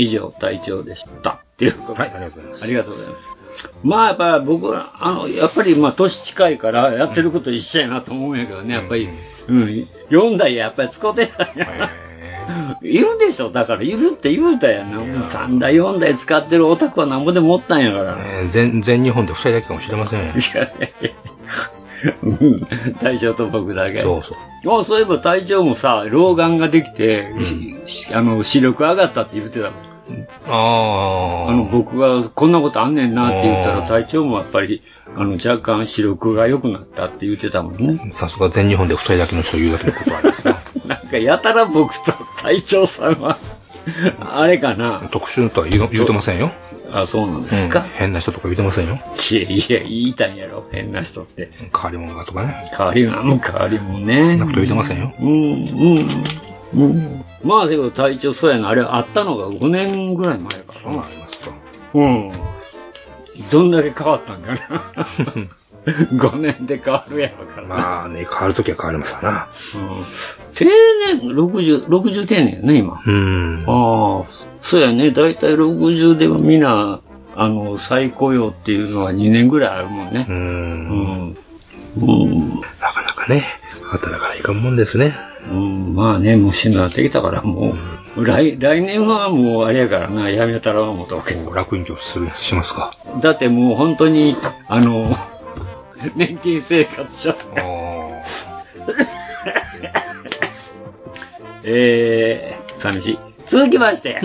I: 以上、隊長でした。ということ
J: あ
I: で、
J: りがとうございます。
I: ありがとうございます。まあやっぱ僕ら、あの、やっぱりまあ年近いからやってること一緒やなと思うんやけどね、やっぱり、うん、4台やっぱり使うてたんや。 (laughs) いるでしょ、だから、いるって言うたやんな。3台、4台使ってるオタクはなんぼでもおったんやから。 (laughs)
J: えー全全日本で2人だけかもしれませんよ。
I: 大将と僕だけ。そうそう。そういえば隊長もさ、老眼ができて、しあの、視力上がったって言ってたもん。
J: あ
I: あの、僕がこんなことあんねんなって言ったら、隊長もやっぱり、あの、若干視力が良くなったって言ってたもんね。
J: さすが全日本で2人だけの人言うだけのことはありますね。
I: (laughs) なんか、やたら僕と隊長さんは、あれかな。
J: 特殊とは言う言うてませんよ。
I: あ、そうなんですか。
J: 変な人とか言うてませんよ。
I: いやいや、言いたいんやろ、変な人って。
J: 変わり者がとかね。
I: 変わり者も変わり者ね。
J: なこと言うてませんよ。
I: うん、うん、うん。まあ、でも隊長、そうやな、あれ、あったのが5年ぐらい前か (laughs) な。ありますか。うん。どんだけ変わったんかな。 5年で変わるやろから。
J: まあね、変わるときは変わりますわな。
I: 定年、60、60定年やね、今。
J: うん。
I: ああ、そうやね。だいたい60ではみんな、あの、再雇用っていうのは2年ぐらいあるもんね。うん。うん。
J: なかなかね、働かないかんもんですね。
I: うん、まあね、もうしんどなってきたから、もう、来、来年はもうあれやからな、やめたら思ったわけ。
J: 楽園業する、しますか。
I: だってもう本当に、あの、 (laughs) 年金生活者。えー、寂しい。続きまして、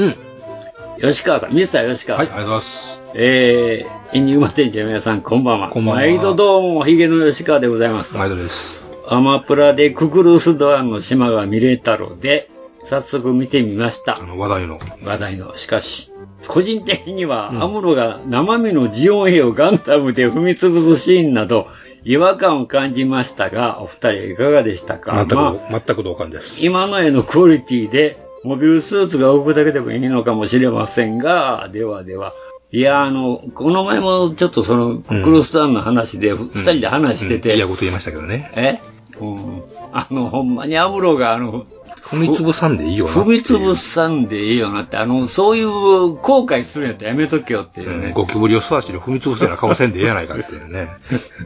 I: 吉川さん、ミスター吉川さん。はい、ありがとうございます。えー、エンディングマテンジャ皆さん、こんばんは。こん
J: ばんは
I: 毎度どうも、ヒゲの吉川でございます。毎度です。アマプラでククルスドアンの島が見れたので、早速見てみました。
J: 話題の。
I: 話題の。しかし、個人的には、アムロが生身のジオン兵をガンダムで踏み潰すシーンなど、違和感を感じましたが、お二人いかがでしたか
J: 全く、
I: まあ
J: 全く同感です。
I: 今の絵のクオリティで、モビルスーツが動くだけでもいいのかもしれませんが、ではでは。いや、あの、この前もちょっとその、クロスターンの話で、ふ二、人で話してて、
J: いやこと言いましたけどね。
I: え、うん、あの、ほんまにアムロが、あの、
J: 踏みつぶさんでいいよなっていう
I: 踏みつぶさんでいいよなって、あの、そういう後悔するんやったらやめとけよっていうね。
J: ゴキブリを素足で踏みつぶすような顔せんでええやないかっていうね。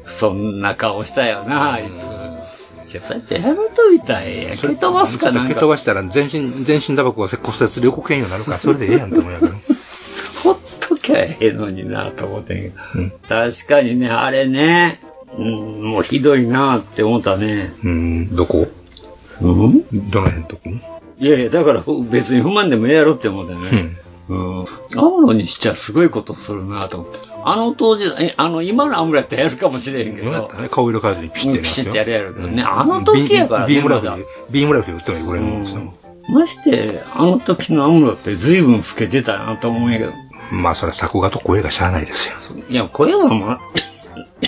I: そんな顔したよな、あいつ。いや、そうやってやめといたらええやん。蹴飛ばすかなん
J: 蹴
I: か
J: 飛。ばしたら全身、全身タバコが骨折、両国炎になるから、それでええやんと思うんやけど。
I: ときゃええのになと思ってんけど、確かにね、あれね、うん、もうひどいなって思ったね。
J: うん、どこ
I: うん
J: どの辺とこ
I: いやいや、だからふ別に不満でもええやろって思ったね。うん。アムロにしちゃすごいことするなと思って。あの当時、えあの、今のアムロやったらやるかもしれへんけど。
J: 顔色変えずにピシッてやります
I: ピシッ
J: よ。
I: てやるやろうけどねあの時やからね
J: ビームラ
I: ま
J: フ
I: だ
J: で、ビームラフで打ったら汚れるんですよ。
I: まして、あの時のアムロって随分老けてたなと思うんやけど。
J: まあ、それは作画と声がしゃあないですよ。
I: いや、声はまあ、 (coughs)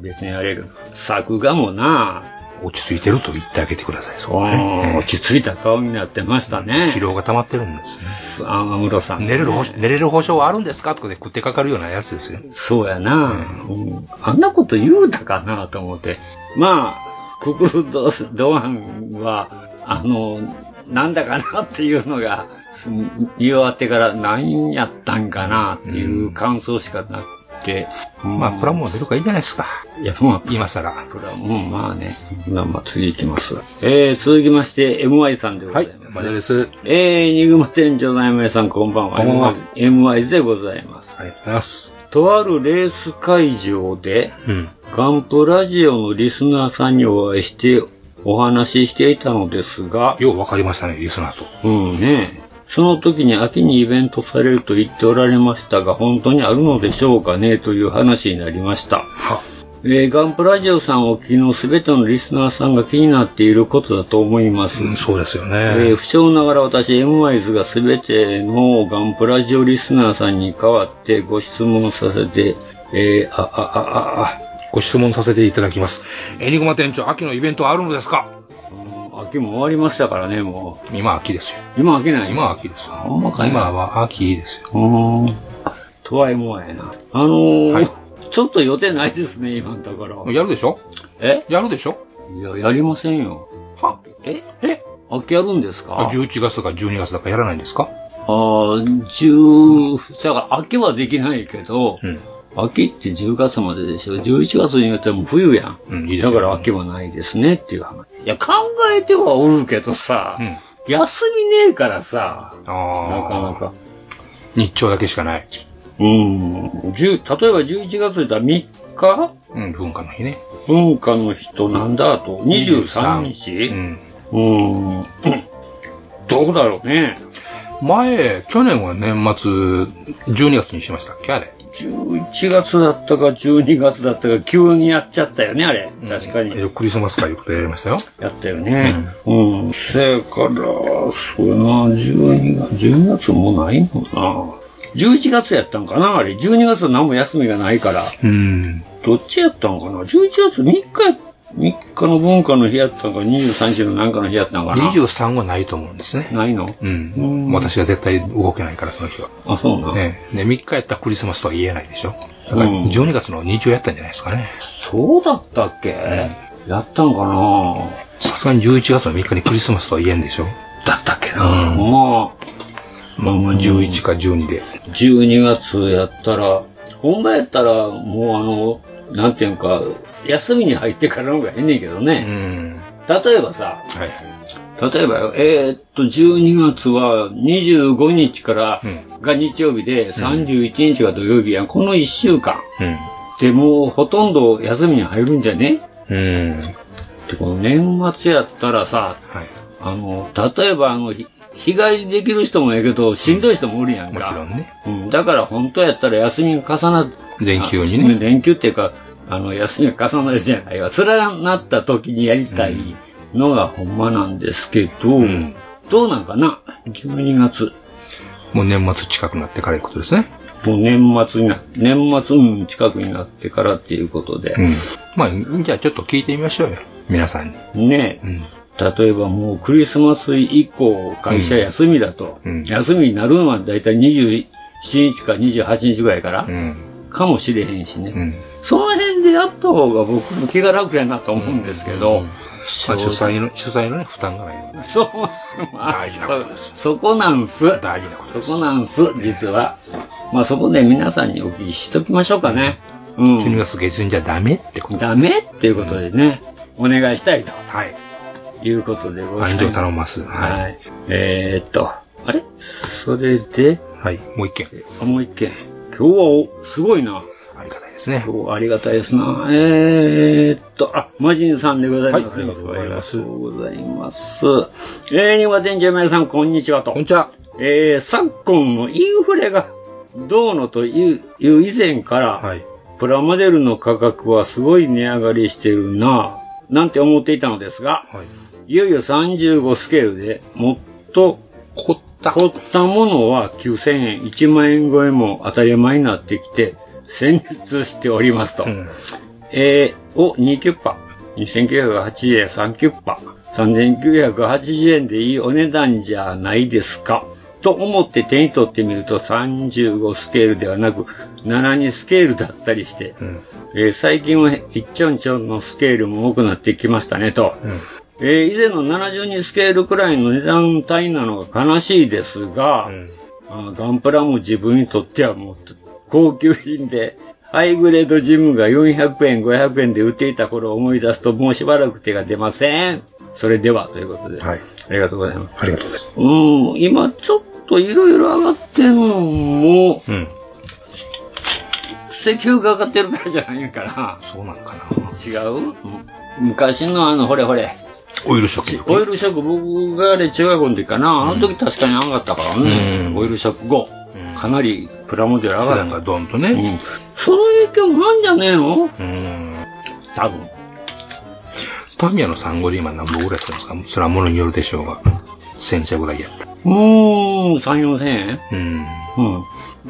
I: 別にあれやけど、作画もな
J: 落ち着いてると言ってあげてください、そこはね。
I: 落ち着いた顔になってましたね。疲労が溜まってるんですね。アムロさん、
J: 寝れる保、寝れる保証はあるんですかとかで食ってかかるようなやつですよ。
I: そうやな、うんあんなこと言うたかなと思って。まあ、ククルドドアンは、あの、なんだかなっていうのが、す見終わってから何やったんかなっていう感想しかなくて。
J: まあ、プラモは出るからいいじゃないですか。
I: いや、まあ、
J: 今更。
I: プラモ、まあね。まあまあ、次行きます。えー、続きまして、MY さんでございます。
J: マジです。
I: えー、ニグマ店長の山根さん、こんばんは。
J: こんばんは
I: MY でございます。
J: ありがとうございます。
I: とあるレース会場で、
J: うん。
I: ガンプラジオのリスナーさんにお会いして、お話ししていたのですが、
J: ようわかりましたね、リスナーと。
I: うんね。その時に秋にイベントされると言っておられましたが、本当にあるのでしょうかねという話になりました。えーガンプラジオさんを昨日すべてのリスナーさんが気になっていることだと思います。
J: そうですよね。
I: えー不詳ながら私、m ワイズがすべてのガンプラジオリスナーさんに代わってご質問させて、えーあ、あ、あ、あ、あ、
J: ご質問させていただきます。エニグマ店長、秋のイベントはあるのですか
I: 秋も終わりましたからね、も
J: う。今秋ですよ。
I: 今飽きない
J: 今秋ですよ。
I: ほんまかいな
J: 今は秋ですよ。
I: とはいえもはやな。あのーちょっと予定ないですね、今のところ。
J: やるでしょ
I: え
J: やるでしょ
I: いや、やりませんよ。
J: は
I: ええ秋やるんですか
J: あ ?11 月とか12月だかやらないんですか
I: あー、10、だから秋はできないけど、秋って10月まででしょ。11月によってはもう冬やん。だから秋はないですねっていう話。いや、考えてはおるけどさ、休みねえからさ、なかなか。
J: 日朝だけしかない。
I: うん。十例えば11月だったら3日
J: うん、文化の日ね。
I: 文化の日となんだあと23日うん。どうだろうね。
J: 前、去年は年末、12月にしましたっけあれ。
I: 11月だったか12月だったか急にやっちゃったよね、あれ。確かに。
J: クリスマス会よくやりましたよ。
I: やったよね。うん。せやから、そうやな、12月、12月もうないのかな。11月やったんかな、あれ。12月は何も休みがないから。
J: うん。
I: どっちやったんかな ?11 月3日、3日の文化の日やったんか、23日のなんかの日やったんかな。
J: 23はないと思うんですね。
I: ないの
J: うん。
I: うー
J: うん、私は絶対動けないから、その日は。
I: あ、そうなの、
J: ね、で、3日やったらクリスマスとは言えないでしょ。だから、12月の日曜やったんじゃないですかね。
I: そうだったっけ、やったんかな
J: さすがに11月の3日にクリスマスとは言えんでしょ。
I: だったっけな、まあ、
J: まあまあ11か12で。
I: 12月やったら、ほんまやったら、もうあの、なんていうんか、休みに入ってからの方がええねんけどね。例えばさ、例えばよ、えーっと、12月は25日からが日曜日で、31日が土曜日やん。この1週間。
J: うん。
I: でもうほとんど休みに入るんじゃね
J: うん。
I: でこの年末やったらさ、あの例えばあのひ日帰りできる人もいるけど、しんどい人もおるやんか。もちろんね。うん、だから本当やったら休みが重なっ
J: 連休に
I: ね。連休っていうか、あの休みが重なるじゃないわ。連なった時にやりたいのがほんまなんですけど、どうなんかな ?12 月。
J: もう年末近くなってからいうことですね。
I: もう年末にな、年末うん近くになってからっていうことで。
J: うん。まあ、じゃあちょっと聞いてみましょうよ。皆さん
I: に。ねえ。例えばもうクリスマス以降会社休みだと、休みになるのは大体27日か28日ぐらいから、かもしれへんしね、その辺でやった方が僕も気が楽やなと思うんですけど、
J: まあ、主催の、主催のね、負担がない。
I: そう大事なことです。そこなんす。大事なことそこなんす、実は。まあそこで皆さんにお聞きしときましょうかね。うん。12
J: 月下旬じゃダメってこと
I: ダメっていうことでね、お願いしたいと。はい。いうことでございます。
J: 安城頼ます。はい。
I: えーっと、あれそれで、
J: はい、もう一件。
I: あ、もう一件。今日はお、すごいな。
J: ありがたいですね。
I: 今日はありがたいですな。えーっと、あ、マジンさんでございます。
J: はいありがとうございます
I: ありがとうございます。えー、にわてんじゃまさん、こんにちはと。こんに
J: ちは。
I: えー、昨今のインフレがどうのといういう以前から、プラモデルの価格はすごい値上がりしてるなぁ、なんて思っていたのですが、いよいよ35スケールでもっと凝ったものは9000円、1万円超えも当たり前になってきて、戦術しておりますと。えー、を2キュッパ、2980円、3キュッパ、3980円でいいお値段じゃないですか。と思って手に取ってみると35スケールではなく72スケールだったりして、えー最近は1ちょんちょんのスケールも多くなってきましたねと。えー以前の72スケールくらいの値段帯なのが悲しいですが、あガンプラも自分にとってはもう高級品で、ハイグレードジムが400円、500円で売っていた頃を思い出すともうしばらく手が出ません。それでは、ということで。ありがとうございます。
J: ありがとうございます。
I: うん、今ちょっといろいろ上がってるのも、石油が上がってるからじゃないんかな。そうなのかな。違う、昔のあの、ほれほれ。
J: オイルショッ
I: オイルショック、僕があれ中学校の時かな、あの時確かに上がったからね、オイルショック後、かなりプラモデル上がった。
J: がドンとね。うん
I: その影響もあんじゃねえの多分。
J: タミヤの3号で今何本ぐらいするんですかそれはものによるでしょうが。1000社ぐらいやった。
I: うーん、3、4000円
J: うん。
I: うん。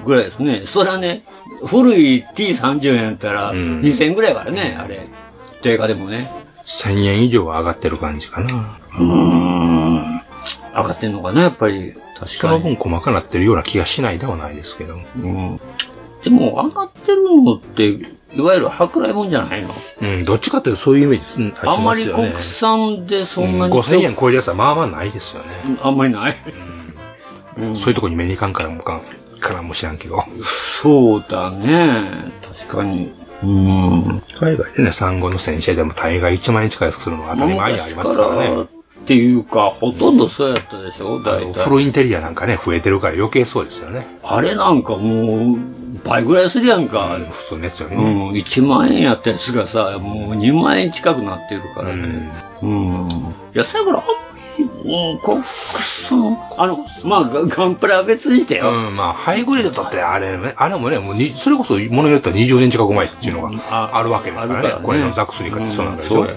I: ぐらいですね。それはね、古い T30 円やったら、2000円ぐらいからね、あれ。定価でもね。
J: 1000円以上は上がってる感じかな。
I: うーん。上がってんのかな、やっぱり。確
J: かに。その分細かなってるような気がしないではないですけど。
I: うん。でも、上がってるのって、いわゆる舶来物じゃないの
J: うん、どっちかっていうとそういうイメージすん
I: あんまり国産でそんなに、
J: 5000円超えるやつはまあまあないですよね。
I: あんまりない。
J: そういうとこに目にいかんからもかん、からも知らんけど。 (laughs)
I: そうだね。確かに。うん。
J: 海外でね、産後の戦車でも大概1万円近いするのは当たり前にありますから
I: まあ昔
J: ね
I: か。っていうか、ほとんどそうやったでしょ、大体。
J: フルインテリアなんかね、増えてるから余計そうですよね。
I: あれなんかもう、倍ぐらいするやんか。
J: 普通のやつよね。
I: うん、1万円やったやつがさ、もう2万円近くなってるからね。うん。いや、さやから、あんまり、うん、国産、あの、まあ、ガガンプラは別にしてよ。
J: うん、まあ、ハイグレードだってあれね、あれもね、もうにそれこそ物によっては20年近く前っていうのがあるわけですからね。
I: あるからね
J: これのザクスリ買ってそうなんだけど、
I: うんそうや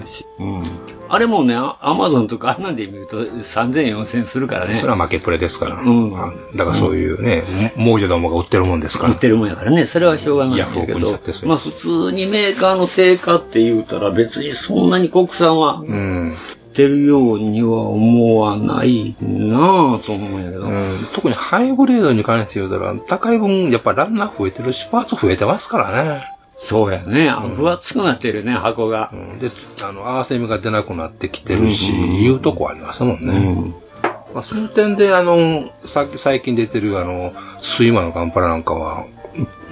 I: あれもね、アアマゾンとかあんなんで見ると3000円、4000円するからね。
J: それは負けプレですから。
I: うん
J: あだからそういうね、もう一度もが売ってるもんですから。売って
I: るもんやからね、それはしょうがないんだけ
J: ヤフオクにしたって
I: ど、まあ普通にメーカーの定価って言うたら別にそんなに国産は
J: うん。
I: ってるようには思わないなぁと思うんやけど。
J: 特にハイブレードに関して言うたら、高い分、やっぱランナー増えてるし、パーツ増えてますからね。
I: そうやね。あの分厚くなってるね、箱が。
J: で、あの、合わせ目が出なくなってきてるし、いうとこありますもんね。まあ、その点で、あの、さ最近出てる、あの、スイマーのガンパラなんかは、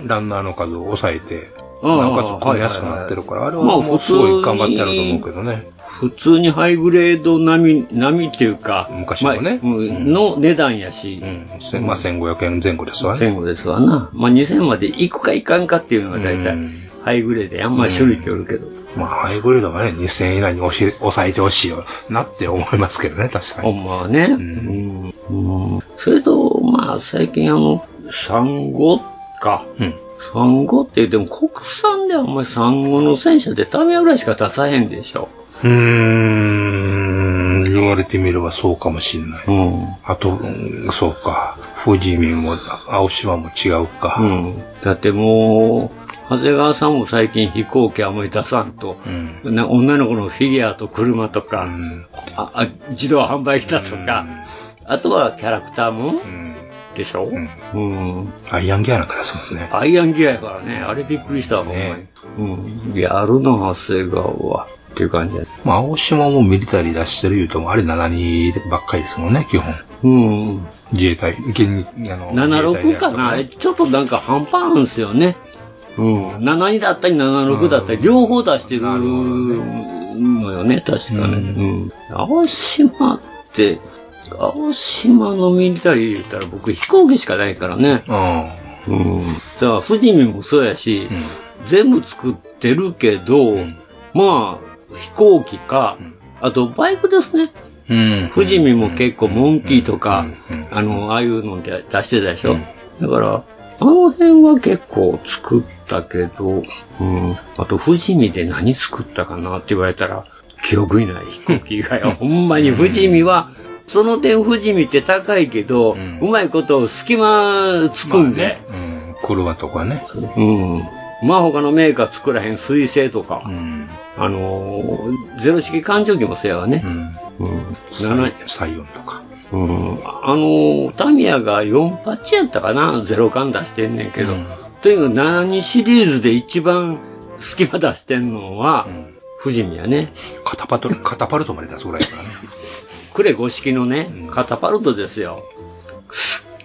J: ランナーの数を抑えて、
I: うん
J: なおかつ組みやすくなってるから、あれはもうすごい頑張ってやると思うけどね。
I: 普通にハイグレード並み、並みっていうか、昔のね、うんの値段やし、
J: 千まあ、1500円前後ですわね。
I: 前後ですわな。まあ、2000まで行くか行かんかっていうのが大体、ハイグレードやん、まあ、種類によるけど。
J: まあ、ハイグレードはね、2000円以内に押し抑えてほしいよなって思いますけどね、確かに。
I: ほんまはね。うん。それと、まあ、最近あの、産後か。産後って言っても、国産ではあんまり産後の戦車でタミヤぐらいしか出さへんでしょ。
J: うーん、言われてみればそうかもしれない。あと、うんそうか、富士見も青島も違うか。
I: だってもう、長谷川さんも最近飛行機あんまり出さんと、な女の子のフィギュアと車とか、ああ自動販売機だとか、あとはキャラクターも、でしょ、うん
J: アイアンギアなんかですもんね。
I: アイアンギアやからね、あれびっくりしたわ、ほんまに。うん、やるな、長谷川は。っていう感じです。
J: まあ、青島もミリタリー出してる言うとも、あれ72ばっかりですもんね、基本。
I: うん。
J: 自衛隊、現に、あの、
I: 76かな、ちょっとなんか半端なんですよね。うん。72だったり76だったり、両方出してるのよね、確かね。うん。青島って、青島のミリタリー言ったら僕飛行機しかないからね。うん。じゃあ、富士見もそうやし、全部作ってるけど、まあ、飛行機か、あとバイクですね。富士見も結構モンキーとか、あの、ああいうので出してたでしょ。だから、あの辺は結構作ったけど、うん、あと富士見で何作ったかなって言われたら、記憶にない飛行機以外は、ほんまに富士見は、その点富士見って高いけど、うまいこと隙間つくんで、
J: 車とかね。
I: うん。まあ他のメーカー作らへん水星とか、あのーゼロ式環状機もせやわね。うん。
J: サイオンとか。
I: うん。あのータミヤが48やったかな、ゼロ感出してんねんけど、とにかく7シリーズで一番隙間出してんのは、富士見やね。
J: カタパトカタパルトまで出すぐらいやからね。
I: クレ5式のね、カタパルトですよ。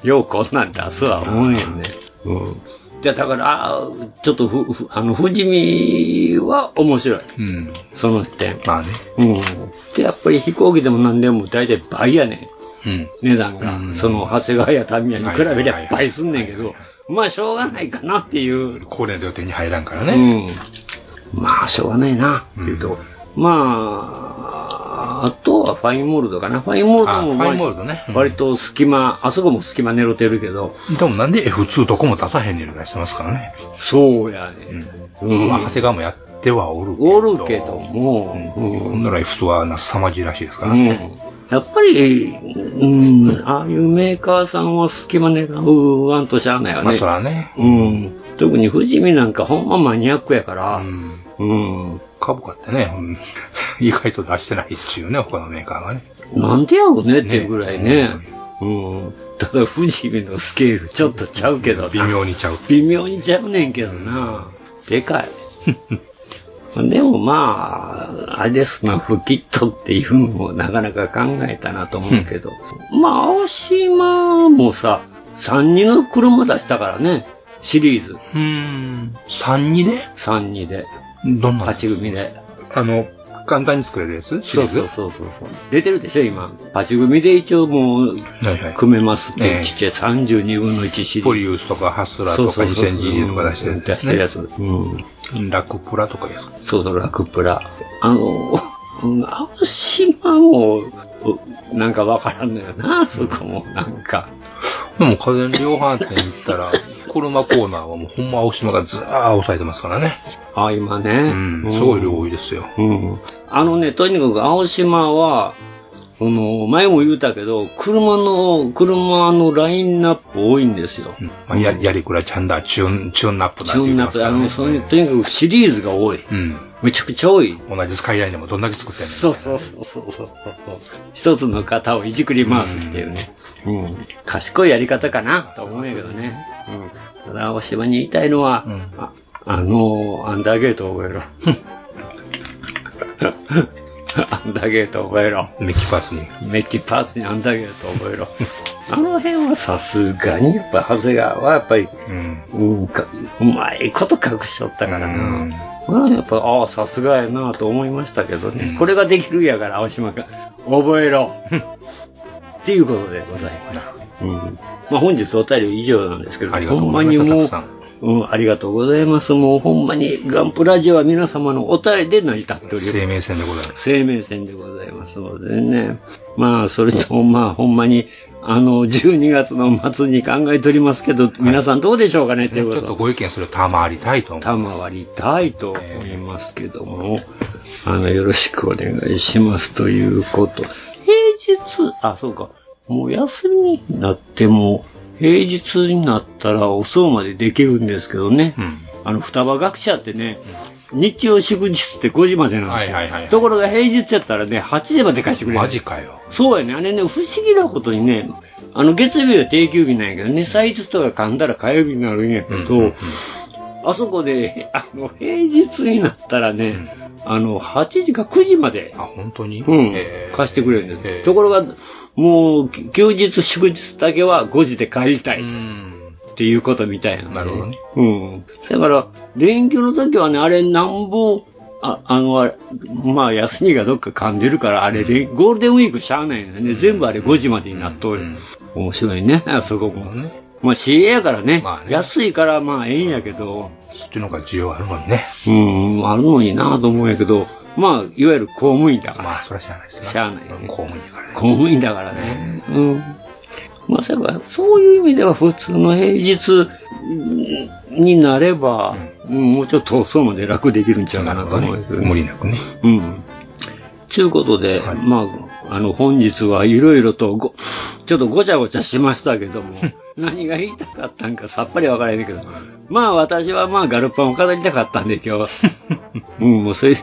I: ようこんなん出すわ、思うよね。うん。じゃだから、あーちょっとふ、ふあの、富士見は面白い。
J: うん。
I: その点。
J: まあね。
I: うん。で、やっぱり飛行機でも何でも大体倍やね
J: うん。
I: ん。値段が。その、長谷川やタミヤに比べりゃ倍すんねんけど、まあ、しょうがないかなっていう。
J: 高齢では手に入らんから
I: う
J: ね。
I: ん。まあ、しょうがないな、っていうと。まあ、あとはファインモールドかな。ファインモールドも、
J: あファインモールドね
I: 割と隙間、あそこも隙間狙ってるけど。
J: でもなんで F2 どこも出さへんねん出してますからね。
I: そうやね。うん
J: まあ、長谷川もやってはおるけど。
I: おるけども。うん。
J: ほんなら F2 はな、凄まじいらしいですから
I: うん
J: ね。
I: やっぱり、うん、ああいうメーカーさんは隙間狙うわんとしゃあないよね。
J: まあそらね。
I: うん。特に富士見なんかほんまマニアックやから。うん。
J: 株価ってね、うん (laughs) 意外と出してないっちゅうね、他のメーカーがね。
I: なんでやろうねっていうぐらいね。うん。ただ富士見のスケールちょっとちゃうけど微妙
J: にちゃう。
I: 微妙にちゃうねんけどな。でか
J: (laughs)
I: い。でもまあ、あれですな、フキットっていうのもなかなか考えたなと思うけど。まあ、青島もさ、32の車出したからね、シリーズ。
J: うん。32で
I: ?32 で。
J: どんな
I: 勝ち組で。
J: あの、簡単に作れるやつシリーズ
I: そうそうそうそう。出てるでしょ、今。パチ組で一応もう、組めますって、ちっちゃい32分の1シリーズ。
J: ポリウスとかハスラーとか
I: そうそうそう
J: 2000GD とか出してるやつ
I: 出
J: で
I: し
J: す
I: てるや
J: ね。
I: つ。うん。
J: ラクプラとかですか
I: そうそう、ラクプラ。あの、うん青島も、うなんかわからんのよな、そこも、なんか。
J: でも家電量販店行ったら、車コーナーはもうほんま青島がずー押さえてますからね。
I: あ、今ね。
J: うん。すごい量多いですよ。
I: うん。あのね、とにかく青島は、その、前も言うたけど、車の、車のラインナップ多いんですよ。
J: まあ、ややりくらちゃんだ、チューン、チューンナップだっ
I: チ
J: て
I: ュ
J: 言
I: ン
J: い
I: ナ
J: ま
I: ッ
J: す
I: プ、
J: か
I: あ
J: ら
I: の、
J: ね。
I: そういう、とにかくシリーズが多い。
J: うん。
I: めちゃくちゃ多い。
J: 同じスカイラインでもどんだけ作ってんの
I: そうそうそうそうそう。一つの型をいじくり回すっていうね。うん。賢いやり方かなと思うんやけどね。うん。ただ、青島に言いたいのは、ああのー、アンダーゲートを覚えろ。 (laughs) アンダーゲートを覚えろ。
J: メッキパーツに。
I: メッキパーツにアンダーゲートを覚え (laughs) ろ。あの辺はさすがに、やっぱ長谷川はやっぱり、うんかうまいこと隠しとったからな。まあ、やっぱ、ああ、さすがやなと思いましたけどね。これができるやから、青島君、覚えろ。っていうことでございます。うんまあ、本日お便り以上なんですけど、
J: がとう
I: ほん
J: ござ
I: ま
J: いま
I: に
J: したた
I: もう
J: く、
I: うん、ありがとうございます。もうほんまにガンプラジオは皆様のお便りで成り立っております。
J: 生命線でございます。
I: 生命線でございますのでね。まあ、それと、まあ、ほんまに、あの、12月の末に考えておりますけど、皆さんどうでしょうかね、ということ。
J: ちょっとご意見それを賜りたいと思います。
I: 賜りたいと思いますけども、あの、よろしくお願いしますということ。平日、あ、そうか、もう休みになっても、平日になったら遅うまでできるんですけどね、あの、双葉学者ってね、日曜祝日って5時までなんですよ。ところが平日やったらね、8時まで貸してくれる。マジ
J: かよ。
I: そうやね。あれね、不思議なことにね、あの、月曜日は定休日なんやけどね、祭日とか噛んだら火曜日になるんやけど、あそこで、あの、平日になったらね、あの、8時か9時まで、
J: 本当に
I: うん、貸してくれるんです、ところが、もう、休日、祝日だけは5時で帰りたい。っていうことみたいな、なるほどね。うん。だから、連休の時はね、あれ、なんぼ、ああの、あれまあ、休みがどっか噛んでるから、あれ、連ゴールデンウィークしゃあないんだよね。全部あれ5時までになっとる。面白いね、あそこも。まあ、CA やからね。安いから、まあ、ええんやけど。
J: そっちの方が需要あるのにね。
I: うん、あるのになと思うんやけど、まあ、いわゆる公務員だから。まあ、
J: それはしゃあないです
I: しゃあないね。公
J: 務員だからね。
I: 公務員だからね。うん。まさか、そういう意味では普通の平日うんになれば、うんもうちょっと遅うまで楽できるんちゃうかなと思う、無
J: 理なくね。
I: うん。ちゅうことで、まあ、あの、本日はいろいろとご、ちょっとごちゃごちゃしましたけど (laughs) も、何が言いたかったんかさっぱりわからへんけど、まあ私はまあガルパンを語りたかったんで (laughs) 今日。うん、もうそれ、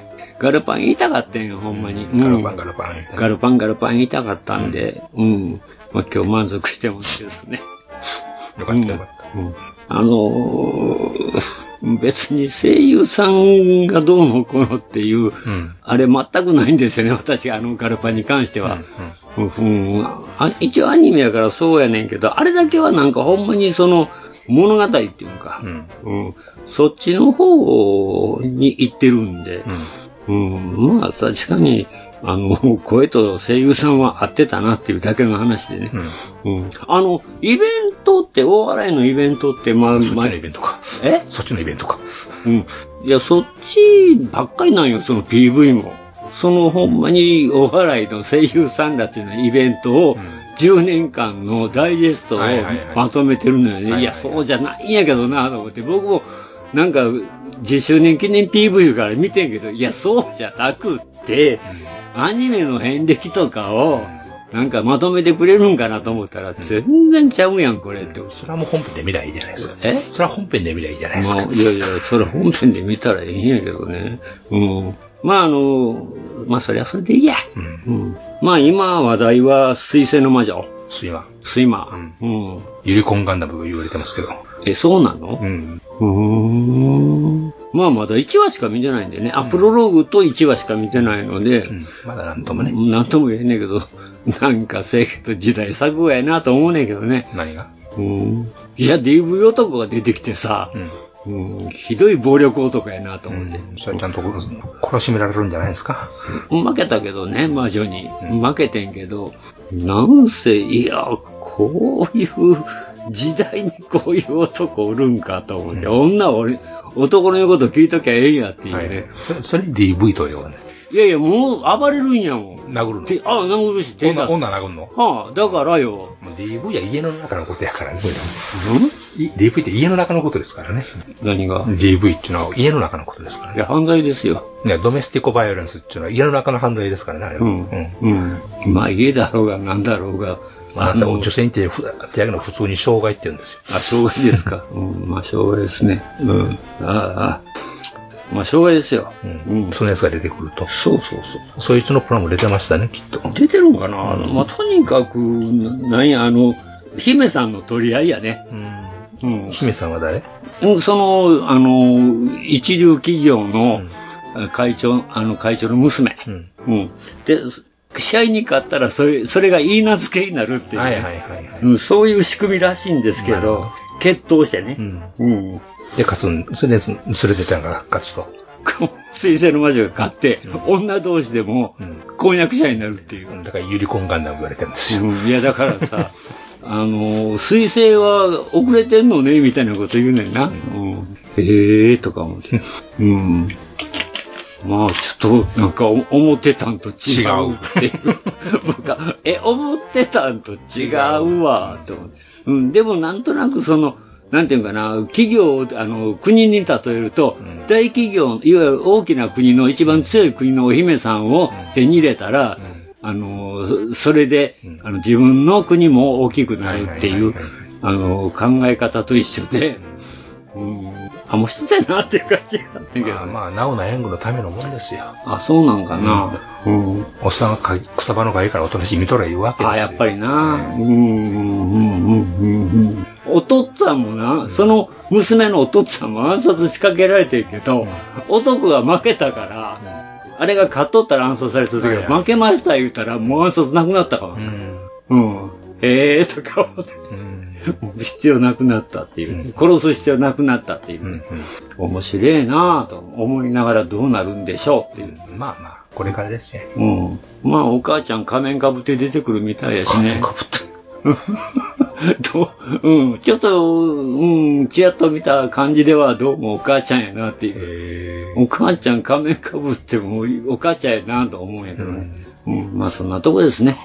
I: ガルパン言いたかったんよ、ほんまに。ガルパン、
J: ガルパン。
I: ガルパン、ガルパン言いたかったんで、うん。まあ今日満足してますですね。。
J: よかったよかった
I: うんあのー別に声優さんがどうのこうのっていう、あれ全くないんですよね、私、あのガルパンに関しては。うんうんあ一応アニメやからそうやねんけど、あれだけはなんかほんまにその物語っていうか、うんそっちの方に行ってるんで、うんまあ確かに、あの、 (laughs) 声と声優さんは合ってたなっていうだけの話でね。うんあの、イベントって、大洗のイベントって、まあ、そっちのイベントか。え
J: そっちのイベントか。
I: うん。いや、そっちばっかりなんよ、その PV も。そのほんまに大笑いの声優さんたちのイベントを、10年間のダイジェストを
J: はいはいはい
I: まとめてるのよね。いや、そうじゃないんやけどなと思って、僕もなんか10周年記念 PV から見てんけど、いや、そうじゃなくって、アニメの遍歴とかを、なんかまとめてくれるんかなと思ったら、全然ちゃうやん、これって。そ
J: れはもう本編で見りゃいいじゃないですか。
I: え
J: それは本編で見りゃいいじゃないですか。
I: まあ、いやいや、それ本編で見たらいいんやけどね。うん。まあ、あの、まあ、そりゃそれでいいや。うん。まあ、今話題は、水星の魔女。
J: 水魔。
I: 水魔。うん。
J: ユリコンガンダムが言われてますけど。
I: え、そうなの
J: うん。
I: うん。まあ、まだ1話しか見てないんでね。アプロローグと1話しか見てないので。
J: まだなんともね。
I: なんとも言えんねんけど、なんか、せやけど時代錯誤やなと思うねんけどね。
J: 何が
I: うん。いや、DV 男が出てきてさ、うんひどい暴力男やなと思って。
J: それちゃんと懲らしめられるんじゃないですか。
I: 負けたけどね、魔女に。負けてんけど、なんせ、いや、こういう、時代にこういう男おるんかと思って、女は俺、男の言うこと聞いときゃええんやっていうね。
J: それ DV とよね。
I: いやいや、もう暴れるんやもん。
J: 殴るの。
I: てあ、殴るし、手出
J: 女
I: す。
J: 女殴るの。
I: はあ、だからよ。
J: DV は家の中のことやからね、これ。い DV って家の中のことですからね。
I: 何が
J: DV っていうのは家の中のことですからね。
I: いや、犯罪ですよ。
J: ね、ドメスティコバイオレンスっていうのは家の中の犯罪ですからね、あれは。
I: うんうん。まあ、家だろうが何だろうが。
J: まあ、
I: あの
J: 女性に手ふ手上げるのは普通に障害って言うんですよ。
I: あ、障害です
J: (laughs)
I: か。うん、まあ、障害ですね。うん。ああ。まあ、障害ですよ。
J: うん。そのやつが出てくると。
I: そうそうそう。
J: そういう人のプランも出てましたね、きっと。
I: 出てるんかな、まあ、とにかく、なんや、あの、姫さんの取り合いやね。うん。
J: 姫さんは誰
I: うん、その、あの、一流企業の会長、あの会長の娘。
J: うん。
I: で、試合に勝ったらそれ、それが言い名付けになるっていう、
J: はいはいはいはい。
I: うん。そういう仕組みらしいんですけど、決闘してね。うん。
J: で、勝つん、それで、連れてたんから、勝つと。
I: 水星の魔女が勝って、女同士でも婚約者になるっていう。
J: だから、ユリコンガンダム言われてるんです
I: よ。いや、だから (laughs) さ、あの、水星は遅れてんのね、みたいなこと言うねんな。うんへえーとか思って。うん。まあ、ちょっと、なんか、お思ってたんと違うっていう。僕は、え、思ってたんと違うわ、と思って。うん、でも、なんとなくその、なんていうかな、企業を、あの、国に例えると、大企業、いわゆる大きな国の一番強い国のお姫さんを手に入れたら、あの、そそれで、あの、自分の国も大きくなるっていう、あの、考え方と一緒で、うん、あ、もう一つやなっていう感じがあったけど、
J: まあ、まあ、なおなヤングのためのもんですよ。
I: あ、そうなんかな。うん。
J: おっさんがか草場のがいいからおとなしい見とれ言うわけですよ。
I: あ、やっぱりな。うん、うん、うん、うん、うん。お父っつぁんもな、その娘のお父っつぁんも暗殺仕掛けられてるけど、男が負けたから、あれが勝っとったら暗殺されてるけど、負けました言うたら、もう暗殺なくなったから。うん。ええとか思って。必要なくなったっていう、殺す必要なくなったっていう、面白いなぁと思いながらどうなるんでしょうっていう。
J: まあまあ、これからですよ。
I: うん。まあ、お母ちゃん仮面かぶって出てくるみたいやしね。仮面かぶって。 (laughs) どううん、ちょっと、うん、ちやっと見た感じではどうもお母ちゃんやなっていう。お母ちゃん仮面かぶってもお母ちゃんやなと思うんやけどね。うん、まあそんなとこですね。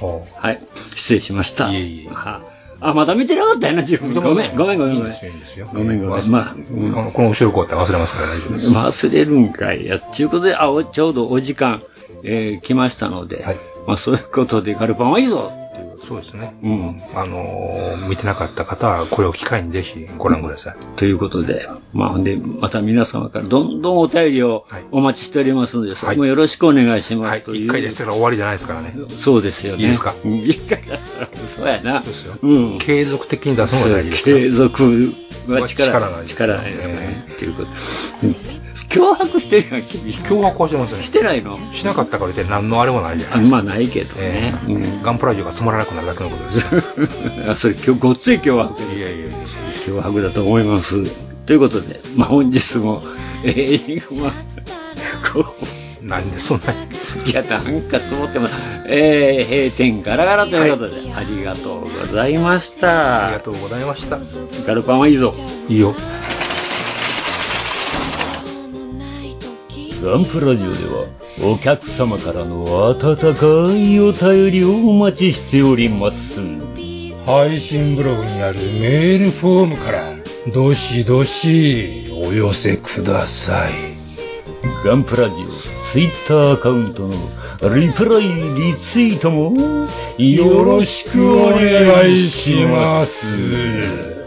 I: はい。失礼しました。はあ、まだ見てなかったやな、自分。ごめん、ごめん、ごめん。ごめんごめん、ごめん。まあ、
J: うんこの後ろこうって忘れますから大丈夫です。
I: 忘れるんかいや。ちゅうことで、あ、おちょうどお時間、えー来ましたので、まあ、そういうことで、ガルパンはいいぞ
J: そうですね。
I: うん。
J: あのー見てなかった方は、これを機会にぜひご覧ください。
I: ということで、まあ、ほんで、また皆様からどんどんお便りをお待ちしておりますので、それもよろしくお願いしますという。
J: 一回でしたら終わりじゃないですからね。
I: そうですよね。
J: いいですか
I: うん一回だったら、そうやな。うん。
J: 継続的に出すのが大事ですから
I: 継続は力
J: 力ないです
I: 力ないですからね。ということで。うん脅迫してるやん、君。
J: 脅迫はしてません。して
I: ないの
J: しなかったから言って何のあれもないじゃない
I: まあ、ないけどね。
J: ガンプラジオがつまらなくなるだけのこと
I: (laughs)
J: ですよ。
I: あそれ今日ごっつい脅迫いやいや脅迫だと思いますということで、まあ、本日もえー、イグマこ
J: うなんでそんない
I: やなんか積もってますえー、閉店ガラガラということで、ありがとうございましたありが
J: とうございました
I: ガルパンはいいぞ
J: いいよ
O: ガンプラジオではお客様からの温かいお便りをお待ちしております
H: 配信ブログにあるメールフォームからどしどしお寄せください
O: ガンプラジオツイッターアカウントのリプライリツイートもよ
H: よ
O: ろ
H: ろ
O: し
H: し
O: く
H: く
O: お
H: お
O: 願
H: 願
O: い
H: い
O: し
H: し
O: ま
H: ますす